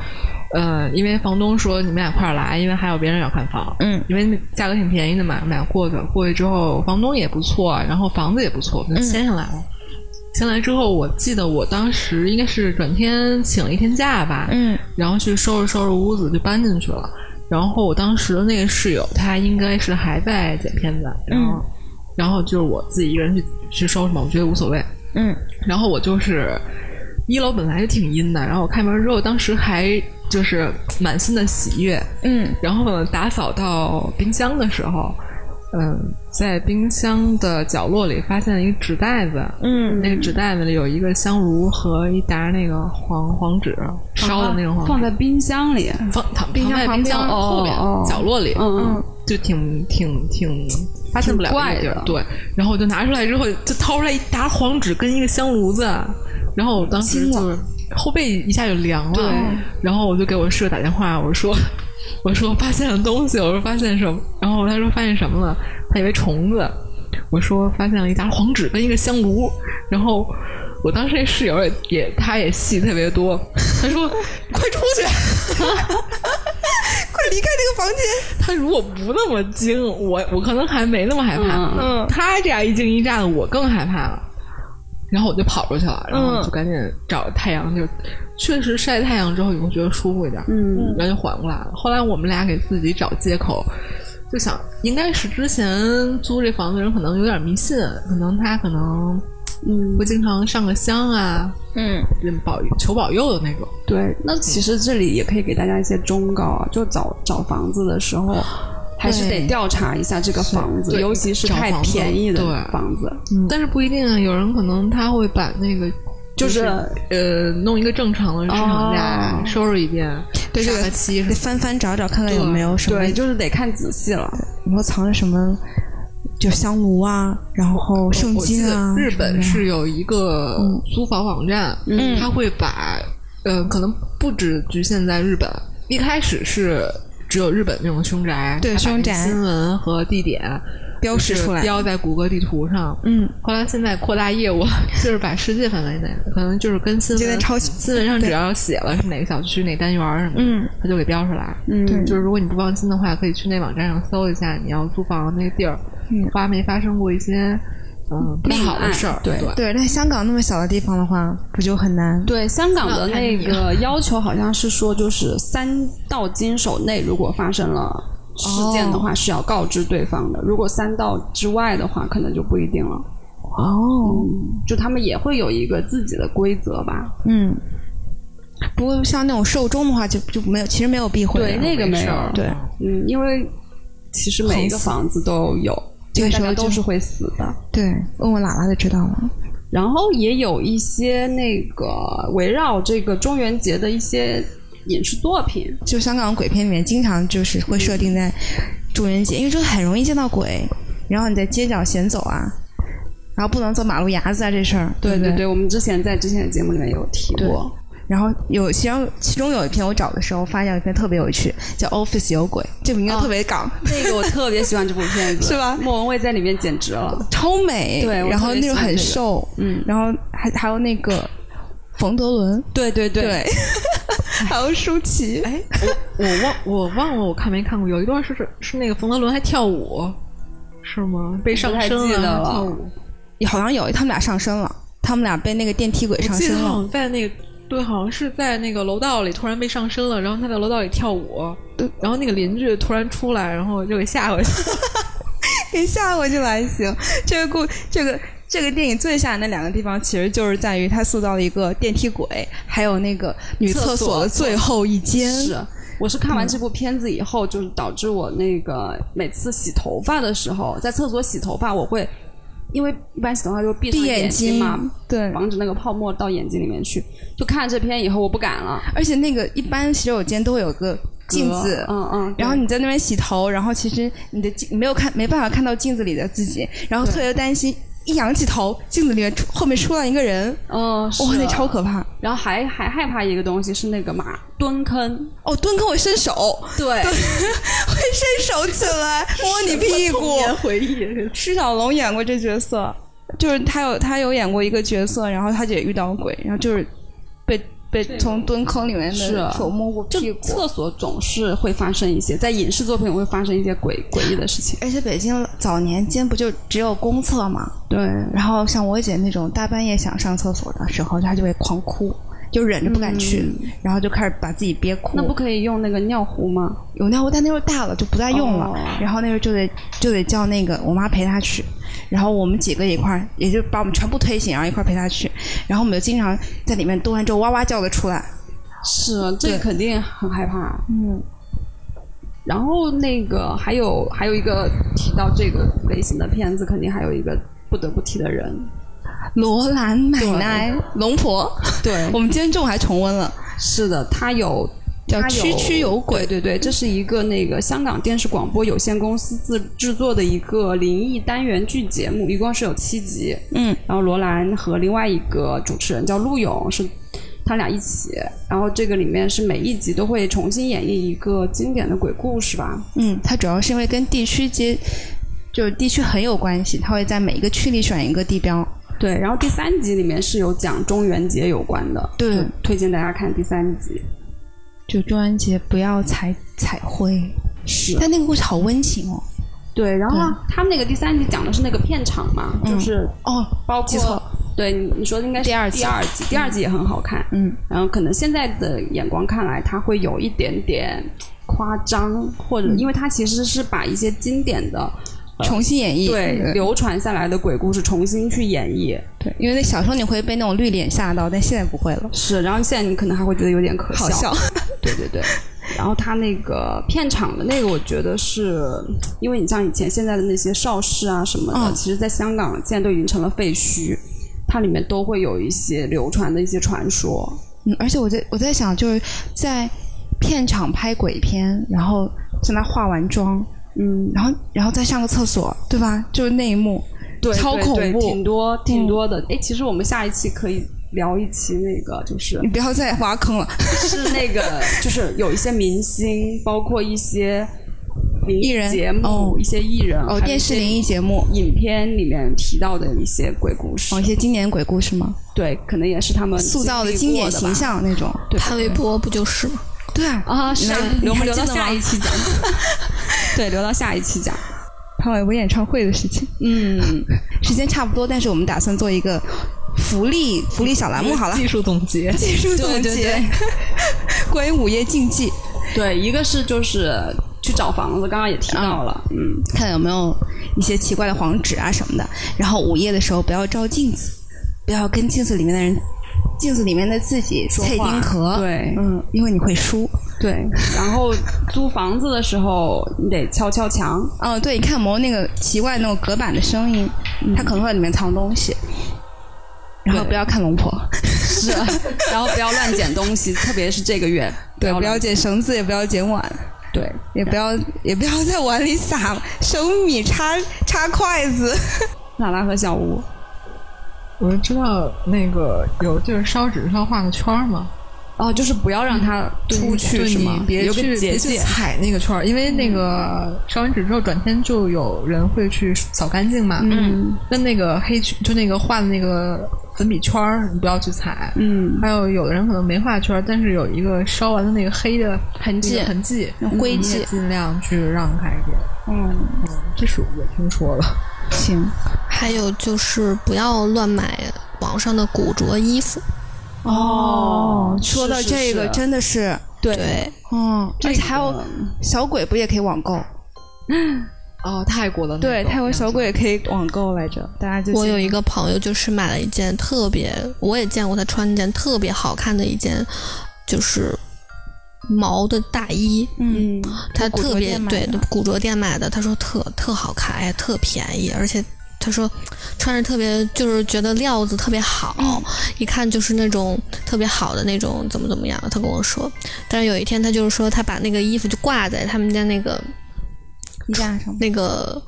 S5: 呃，因为房东说你们俩快点来，因为还有别人要看房。
S3: 嗯，
S5: 因为那价格挺便宜的嘛，我们俩过去了。过去之后，房东也不错，然后房子也不错，
S3: 嗯
S5: 就签下来了。签来之后，我记得我当时应该是转天请了一天假吧，
S3: 嗯
S5: 然后去收拾收拾屋子就搬进去了。然后我当时的那个室友，他应该是还在剪片子，然
S3: 嗯
S5: 后、然后就是我自己一个人去去收拾嘛，我觉得无所谓。
S3: 嗯，
S5: 然后我就是一楼本来就挺阴的，然后我开门之后，当时还就是满心的喜悦。
S3: 嗯，
S5: 然后呢，打扫到冰箱的时候，嗯，在冰箱的角落里发现了一个纸袋子，
S3: 嗯，
S5: 那个纸袋子里有一个香炉和一沓那个黄黄纸烧的那种黄纸，
S2: 放在冰箱里，
S5: 放躺冰
S3: 箱
S5: 在
S3: 旁
S5: 冰
S3: 边
S5: 箱
S2: 哦
S5: 后面
S2: 哦
S5: 角落里，
S2: 嗯嗯，
S5: 就挺挺挺发现不了那个地
S2: 挺怪
S5: 儿
S2: 的，
S5: 对。然后我就拿出来之后，就掏出来一沓黄纸跟一个香炉子，然后我当时就是后背一下就凉了，然后我就给我室友打电话，我说。我说发现了东西，我说发现什么，然后他说发现什么了，他以为虫子，我说发现了一沓黄纸跟一个香炉，然后我当时那室友也也他也戏特别多，他说快出去，
S3: 离开这个房间。
S5: 他如果不那么惊，我我可能还没那么害怕。
S3: 嗯
S5: 他这样一惊一乍的，我更害怕了。然后我就跑出去了，
S3: 嗯
S5: 然后就赶紧找太阳，就确实晒太阳之后你会觉得舒服一点，
S2: 嗯，
S5: 然后就缓过来了。后来我们俩给自己找借口，就想应该是之前租这房子的人可能有点迷信，可能他可能
S2: 嗯
S5: 会经常上个香啊，
S3: 嗯，
S5: 保求保佑的那种。
S2: 对，那其实这里也可以给大家一些忠告啊，就找找房子的时候，还是
S3: 对
S2: 得调查一下这个房子，
S5: 对
S2: 尤其是
S5: 找
S2: 太
S5: 房子
S2: 便宜的
S5: 对
S2: 房子，
S3: 嗯
S5: 但是不一定啊，有人可能他会把那个
S2: 就是
S5: 呃弄一个正常的市场价、
S2: 哦
S5: 收拾一遍，
S3: 对这
S5: 上
S3: 个
S5: 个期
S3: 得翻翻找找看看有没有什么，
S2: 对，就是得看仔细了。
S3: 有没有藏着什么，就香炉啊，然后圣
S5: 我记
S3: 经啊
S5: 得，日
S3: 什
S5: 本
S3: 么的
S5: 是有一个租房网站，
S2: 嗯
S5: 他会把呃可能不止局限在日本，一开始是。只有日本那种凶宅，
S3: 对
S5: 它把
S3: 凶宅
S5: 这新闻和地点
S3: 标识
S5: 是
S3: 出来。
S5: 标在谷歌地图上。
S3: 嗯，
S5: 后来现在扩大业务，就是把世界范围内，可能就是跟新
S3: 现在
S5: 闻
S3: 超
S5: 新闻上只要写了是哪个小区、哪单元儿什么的，
S3: 嗯，
S5: 它就给标出来。
S2: 嗯，
S3: 对
S5: 就是如果你不放心的话，可以去那网站上搜一下你要租房那个地儿，发没发生过一些嗯不太好的事儿。
S2: 命案
S5: 对
S3: 对，但香港那么小的地方的话，不就很难？
S2: 对，香港的那
S5: 那
S2: 个要求好像是说，就是三到经手内，如果发生了事件的话，是要告知对方的；如果三到之外的话，可能就不一定了。
S3: 哦，
S2: 就他们也会有一个自己的规则吧？
S3: 嗯。不过像那种寿终的话就，就没有，其实没有避讳的。啊
S2: 对，那个没
S5: 事
S2: 有
S5: 儿。
S3: 对，
S2: 嗯，因为其实每一个房子都有，
S3: 这个
S2: 大
S3: 时
S2: 家
S3: 候
S2: 都
S3: 就是
S2: 会死的。
S3: 对，问问喇喇就知道了。
S2: 然后也有一些那个围绕这个中元节的一些影视作品，
S3: 就香港鬼片里面，经常就是会设定在中元节，因为这个很容易见到鬼，然后你在街角闲走啊，然后不能走马路牙子啊这事儿。
S2: 对
S3: 不
S2: 对对，我们之前在之前的节目里面有提
S3: 对
S2: 过。
S3: 然后有其中其中有一篇我找的时候发现有一篇特别有趣，叫《Office 有鬼》，这部应该
S2: 哦
S3: 特别港，
S2: 那个我特别喜欢这部片子，
S3: 是吧
S2: 莫文蔚在里面简直了，
S3: 超美，
S2: 对我
S3: 然
S2: 特
S3: 后
S2: 别
S3: 那种
S2: 喜欢这
S3: 很
S2: 个
S3: 瘦，
S2: 嗯，
S3: 然后还还有那个冯德伦，
S2: 对对对，
S3: 对， 还有舒淇，哎，
S5: 我忘我忘了我看没看过，有一段是是那个冯德伦还跳舞，是吗？被上
S2: 不
S5: 身
S2: 太记得了
S5: 啊跳舞，
S3: 好像有他们俩上身了，他们俩被那个电梯鬼
S5: 我
S3: 上
S5: 记得
S3: 身
S5: 他好
S3: 了，
S5: 像在那个。对，好像是在那个楼道里突然被上身了，然后他在楼道里跳舞，然后那个邻居突然出来，然后就给吓回去。
S3: 给吓回去了还行。这个故这个。这个电影最吓人的两个地方，其实就是在于它塑造了一个电梯鬼，还有那个女
S2: 厕
S3: 厕所
S2: 所
S3: 的最后一间。
S2: 是。我是看完这部片子以后，就是导致我那个每次洗头发的时候，在厕所洗头发，我会因为一般洗头发就闭上
S3: 闭眼
S2: 睛
S3: 睛
S2: 嘛，
S3: 对，
S2: 防止那个泡沫到眼睛里面去。就看了这片以后，我不敢了。
S3: 而且那个一般洗手间都会有个镜子
S2: 隔，嗯嗯，
S3: 然后
S2: 对
S3: 你在那边洗头，然后其实你的镜没有看没办法看到镜子里的自己，然后特别担心，一仰起头，镜子里面出后面出来一个人，
S2: 嗯是
S3: 哇、那超可怕！
S2: 然后还还害怕一个东西是那个马蹲坑，
S3: 哦，蹲坑会伸手，
S2: 对，
S3: 会伸手起来摸你屁股。
S5: 回忆
S3: 施小龙演过这角色，就是他有他有演过一个角色，然后他也遇到鬼，然后就是被被从蹲坑里面的
S2: 是
S3: 手摸过
S2: 就
S3: 屁股。
S2: 厕所总是会发生一些，在影视作品会发生一些诡诡异的事情。
S3: 而且北京早年间不就只有公厕嘛，
S2: 对，
S3: 然后像我姐那种大半夜想上厕所的时候，她就会狂哭，就忍着不敢去，然后就开始把自己憋哭。
S2: 嗯那不可以用那个尿壶吗？
S3: 有那会儿，但那时候大了就不再用了，
S2: 哦
S3: 然后那时候就得就得叫那个我妈陪她去，然后我们几个一块儿，也就把我们全部推醒，然后一块儿陪她去，然后我们就经常在里面蹲完之后哇哇叫的出来。
S2: 是，啊这个肯定很害怕。啊
S3: 嗯，
S2: 然后那个还有还有一个提到这个类型的片子，肯定还有一个不得不提的人，
S3: 罗兰奶奶、龙婆，
S2: 对
S3: 我们今天中午还重温了，
S2: 是的，他有
S3: 叫
S2: 它有
S3: 区区有鬼。
S2: 对对对，这是一个那个香港电视广播有限公司自制作的一个灵异单元剧节目，一共是有七集。
S3: 嗯，
S2: 然后罗兰和另外一个主持人叫陆勇是。他俩一起，然后这个里面是每一集都会重新演绎一个经典的鬼故事吧？
S3: 嗯，它主要是因为跟地区接，就是地区很有关系，它会在每一个区里选一个地标。
S2: 对，然后第三集里面是有讲中元节有关的，
S3: 对
S2: 就推荐大家看第三集。
S3: 就中元节不要踩彩绘，
S2: 是
S3: 但那个故事好温情哦。
S2: 对，然后他们那个第三集讲的是那个片场嘛，就是
S3: 哦，
S2: 包
S3: 记错
S2: 括
S3: 了
S2: 对你你说的应该是
S3: 第二
S2: 第
S3: 集
S2: 二集，第二集也很好看，
S3: 嗯，
S2: 然后可能现在的眼光看来，它会有一点点夸张，或
S3: 嗯
S2: 者因为它其实是把一些经典的
S3: 哦重新演绎。
S2: 对流传下来的鬼故事重新去演绎，
S3: 对，因为那小时候你会被那种绿脸吓到，但现在不会了。
S2: 是，然后现在你可能还会觉得有点可
S3: 好笑，
S2: 对对对。然后他那个片场的那个，我觉得是因为你像以前现在的那些邵氏啊什么的，
S3: 嗯
S2: 其实在香港现在都已经成了废墟，它里面都会有一些流传的一些传说。
S3: 嗯，而且我在我在想，就是在片场拍鬼片，然后在那化完妆，
S2: 嗯，
S3: 然后然后再上个厕所，对吧？就是那一幕，
S2: 对，
S3: 超
S2: 对
S3: 恐
S2: 对
S3: 怖嗯
S2: 挺多挺多的。哎、其实我们下一期可以聊一期那个， 就是
S3: 你不要再挖坑了。
S2: 是那个，就是有一些明星，包括一些名
S3: 艺人
S2: 节目，
S3: 哦
S2: 一些艺人，还有
S3: 哦，
S2: 一
S3: 电视
S2: 些
S3: 灵异节目，
S2: 影片里面提到的一些鬼故事，
S3: 哦，一些经典鬼故事吗？
S2: 对，可能也是他们
S3: 塑造
S2: 的
S3: 的经典形象那种。对
S4: 潘玮柏不就是吗？
S3: 对啊，
S2: 啊，是啊
S4: 你
S2: 留我
S4: 还
S2: 们留到
S4: 记得
S2: 下
S4: 吗
S2: 一期讲，对，留到下一期讲，
S3: 潘玮柏演唱会的事情，
S2: 嗯，
S3: 时间差不多，但是我们打算做一个福利福利小栏目好了，
S5: 技术总 结，
S3: 技术总
S2: 对对
S3: 结， 关于午夜禁忌，
S2: 对，一个是就是去找房子，刚刚也
S3: 啊
S2: 提到了，嗯，
S3: 看有没有一些奇怪的黄纸啊什么的。然后午夜的时候不要照镜子，不要跟镜子里面的人、镜子里面的自己
S2: 说
S3: 蔡
S2: 话
S3: 丁壳。
S2: 对
S3: 嗯，因为你会输。
S2: 对，然后租房子的时候你得敲敲墙，
S3: 哦，对，你看有没有那个奇怪那种隔板的声音，它可能会在里面藏东西。然后
S2: 对
S3: 不要看龙 婆，
S2: 是，
S3: 啊
S2: 然后不要乱捡东西，特别是这个月，
S3: 对，不
S2: 乱
S3: 要捡绳子，也不要捡碗，
S2: 对，
S3: 也不要也不要在碗里撒生米插插筷子。
S2: 娜拉和小吴，
S5: 我就知道那个有就是烧纸上画个圈儿嘛，
S2: 哦，就是不要让它出去
S5: 对
S2: 是
S5: 你
S2: 吗？
S5: 别
S2: 有个
S5: 去
S2: 结
S5: 别去嗯
S2: 界，
S5: 踩那个圈儿，因为那个烧完纸之后，转天就有人会去扫干净嘛。嗯，那那个黑圈就那个画的那个粉笔圈儿，你不要去踩。
S2: 嗯，
S5: 还有有的人可能没画圈儿，但是有一个烧完的那个黑的
S2: 痕迹
S5: 那个痕迹嗯
S3: 那种，灰
S5: 你也
S3: 迹
S5: 尽量去让开一点。嗯，这是我听说了。
S3: 行，
S4: 还有就是不要乱买网上的古着衣服，
S3: 哦，
S2: 是
S3: 说到
S2: 是
S3: 这个
S2: 是
S3: 真的是，
S4: 对，
S3: 嗯，而且还有
S2: 这个
S3: 小鬼不也可以网购？
S5: 哦，泰国的那
S3: 对，
S5: 种
S3: 泰国小鬼也
S5: 样
S3: 可以网购来着，大家就
S4: 我有
S3: 一
S4: 一个朋友，就是买了一件特别，我也见过他穿一件特别好看的一件，就是毛的大衣，
S3: 嗯，
S4: 他
S3: 古着
S4: 特别
S3: 店买
S4: 对
S3: 的
S4: 古着店买的，他说特特好看，哎，特便宜，而且他说穿着特别就是觉得料子特别好，
S3: 嗯
S4: 一看就是那种特别好的那种怎么怎么样，他跟我说，但是有一天他就是说他把那个衣服就挂在他们家那个
S3: 衣架上面，
S4: 那个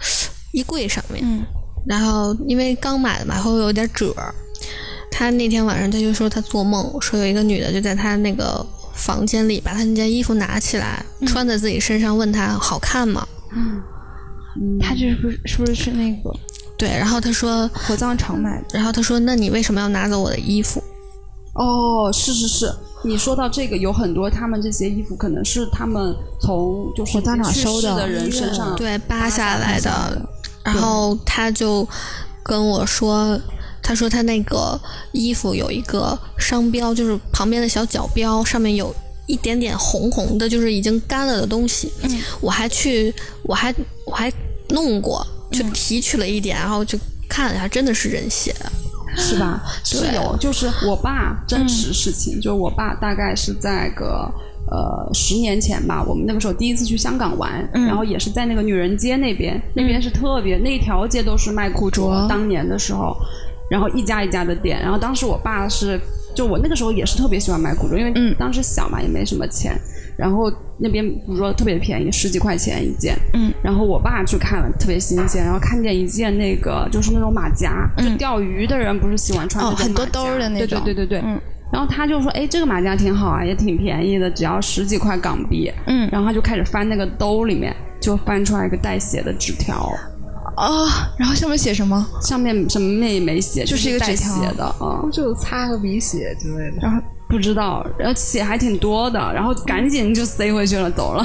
S4: 衣柜上面，
S3: 嗯
S4: 然后因为刚买的嘛，会有点褶儿。他那天晚上他就说他做梦，说有一个女的就在他那个房间里把他那件衣服拿起来、
S3: 嗯
S4: 穿在自己身上，问他好看吗？
S3: 他就是不是是不是去那个
S4: 对，然后他说，
S3: 火葬场买的？
S4: 然后他说，那你为什么要拿走我的衣服？
S2: 哦，是是是，你说到这个，有很多他们这些衣服可能是他们从就是
S3: 火葬场
S2: 已经去
S3: 收
S2: 世
S3: 的
S2: 的人身上，
S4: 对，扒下来的。然后他就跟我说，他说他那个衣服有一个商标，就是旁边的小角标上面有一点点红红的，就是已经干了的东西。嗯，我还去，我还我还弄过，就提取了一点，然后就看了一下，真的是人血。
S2: 是吧？是
S4: 对
S2: 有，就是我爸真实事情，就是我爸大概是在个。呃，十年前吧，我们那个时候第一次去香港玩，然后也是在那个女人街那边，那边是特别，那一条街都是卖古着。当年的时候，然后一家一家的店，然后当时我爸是，就我那个时候也是特别喜欢买古着，因为当时小嘛，也没什么钱，然后那边古着特别便宜，十几块钱一件，嗯，然后我爸去看了，特别新鲜，然后看见一件那个就是那种马甲，就钓鱼的人不是喜欢穿
S3: 嗯哦
S2: 那种
S3: 很多
S2: 马
S3: 兜儿
S2: 甲
S3: 的那种
S2: 对对对对对，
S3: 嗯
S2: 然后他就说：“哎，这个马甲挺好啊，也挺便宜的，只要十几块港币。”
S3: 嗯
S2: 然后他就开始翻那个兜里面，就翻出来一个带血的纸条，
S3: 哦，然后上面写什么？
S2: 上面什么也没写，
S3: 就是一个
S2: 带
S3: 纸条
S2: 血的啊。嗯
S5: 就擦个鼻血之类的。
S3: 然后
S2: 不知道，然后血还挺多的，然后赶紧就塞回去了，走了。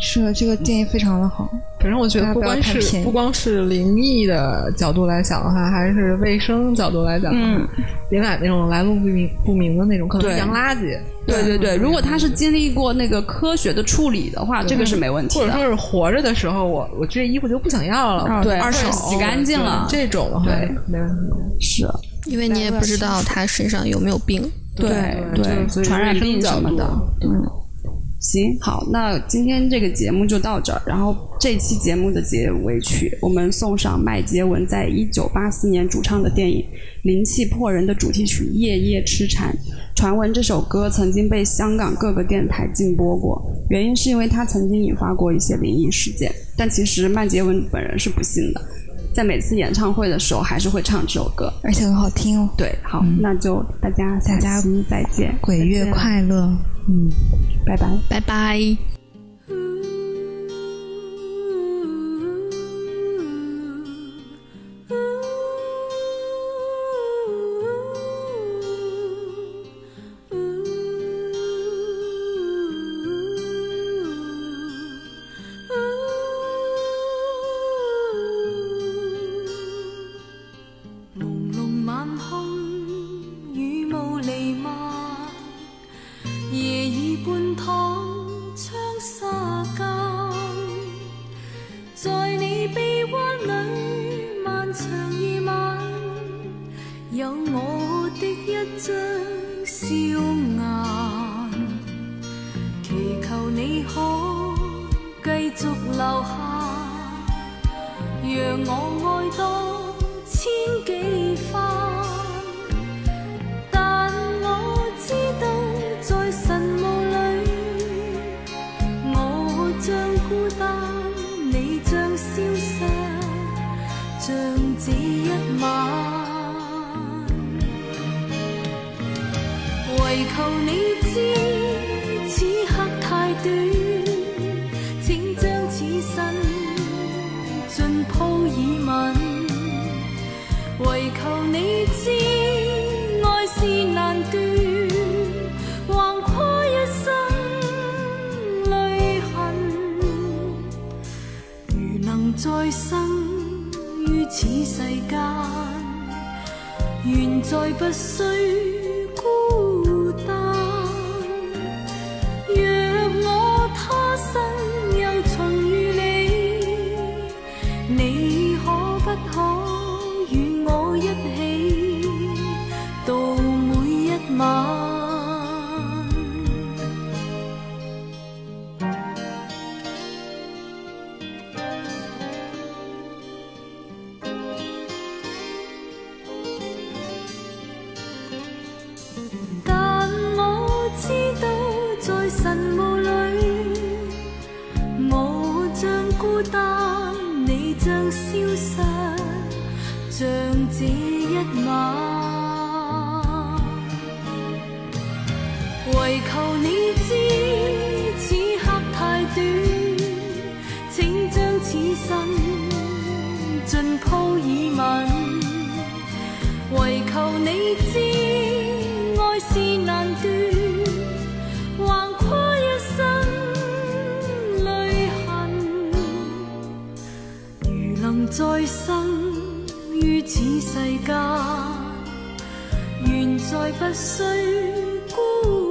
S3: 是的，这个建议非常的好。
S5: 反正我觉
S3: 大家
S5: 得不
S3: 不要
S5: 光
S3: 太
S5: 是
S3: 便宜
S5: 不光是灵异的角度来想的话，还是卫生角度来讲的话，别买那种来路不明不明的那种，可能是
S2: 对
S5: 洋垃圾，
S2: 对对
S5: 嗯
S2: 对，如果他是经历过那个科学的处理的话，这个是没问题
S5: 或者说
S2: 的。
S5: 是活着的时候，我我这衣服就不想要了，
S2: 对，
S5: 二手
S2: 洗干净了，
S5: 对这种的话
S2: 对
S5: 没问题。
S2: 是
S4: 因为你也不知道他身上有没有病。
S2: 对
S5: 就是所以
S2: 传染
S5: 卫生
S2: 病什
S5: 角
S2: 么
S5: 度
S2: 的。嗯，行，好，那今天这个节目就到这儿。然后这期节目的结尾曲，我们送上麦洁文在一九八四年主唱的电影《灵气破人》的主题曲《夜夜痴缠》。传闻这首歌曾经被香港各个电台禁播过，原因是因为它曾经引发过一些灵异事件。但其实麦洁文本人是不信的，在每次演唱会的时候还是会唱这首歌。
S3: 而且很好听哦。
S2: 对，好，那就大家下
S3: 大家
S2: 期再见，
S3: 鬼月
S2: 再见，
S3: 快乐！
S2: 拜拜。
S4: 拜拜。
S7: 朦胧晚空，雨雾弥漫，夜已半躺窗纱间，在你臂弯里漫长夜晚，有我的一张笑颜。祈求你可繼續留下，讓我愛多千幾番。但我知道在神霧裏，我將孤單，你將消失，像這一晚。唯求你知此刻太短，請將此生盡鋪以吻。唯求你知愛是難斷，橫跨一生淚痕。如能再生於此世間，願再不需孤單。若我他生又重遇你，你可不可與我一起度每一晚？但我知道在神霧裏，我將孤單，你將消失，像這一晚。唯求你知此刻太短，請將此生盡鋪以吻。唯求你知愛是難斷，橫跨一生淚痕。如能再生於此世間，願再不需孤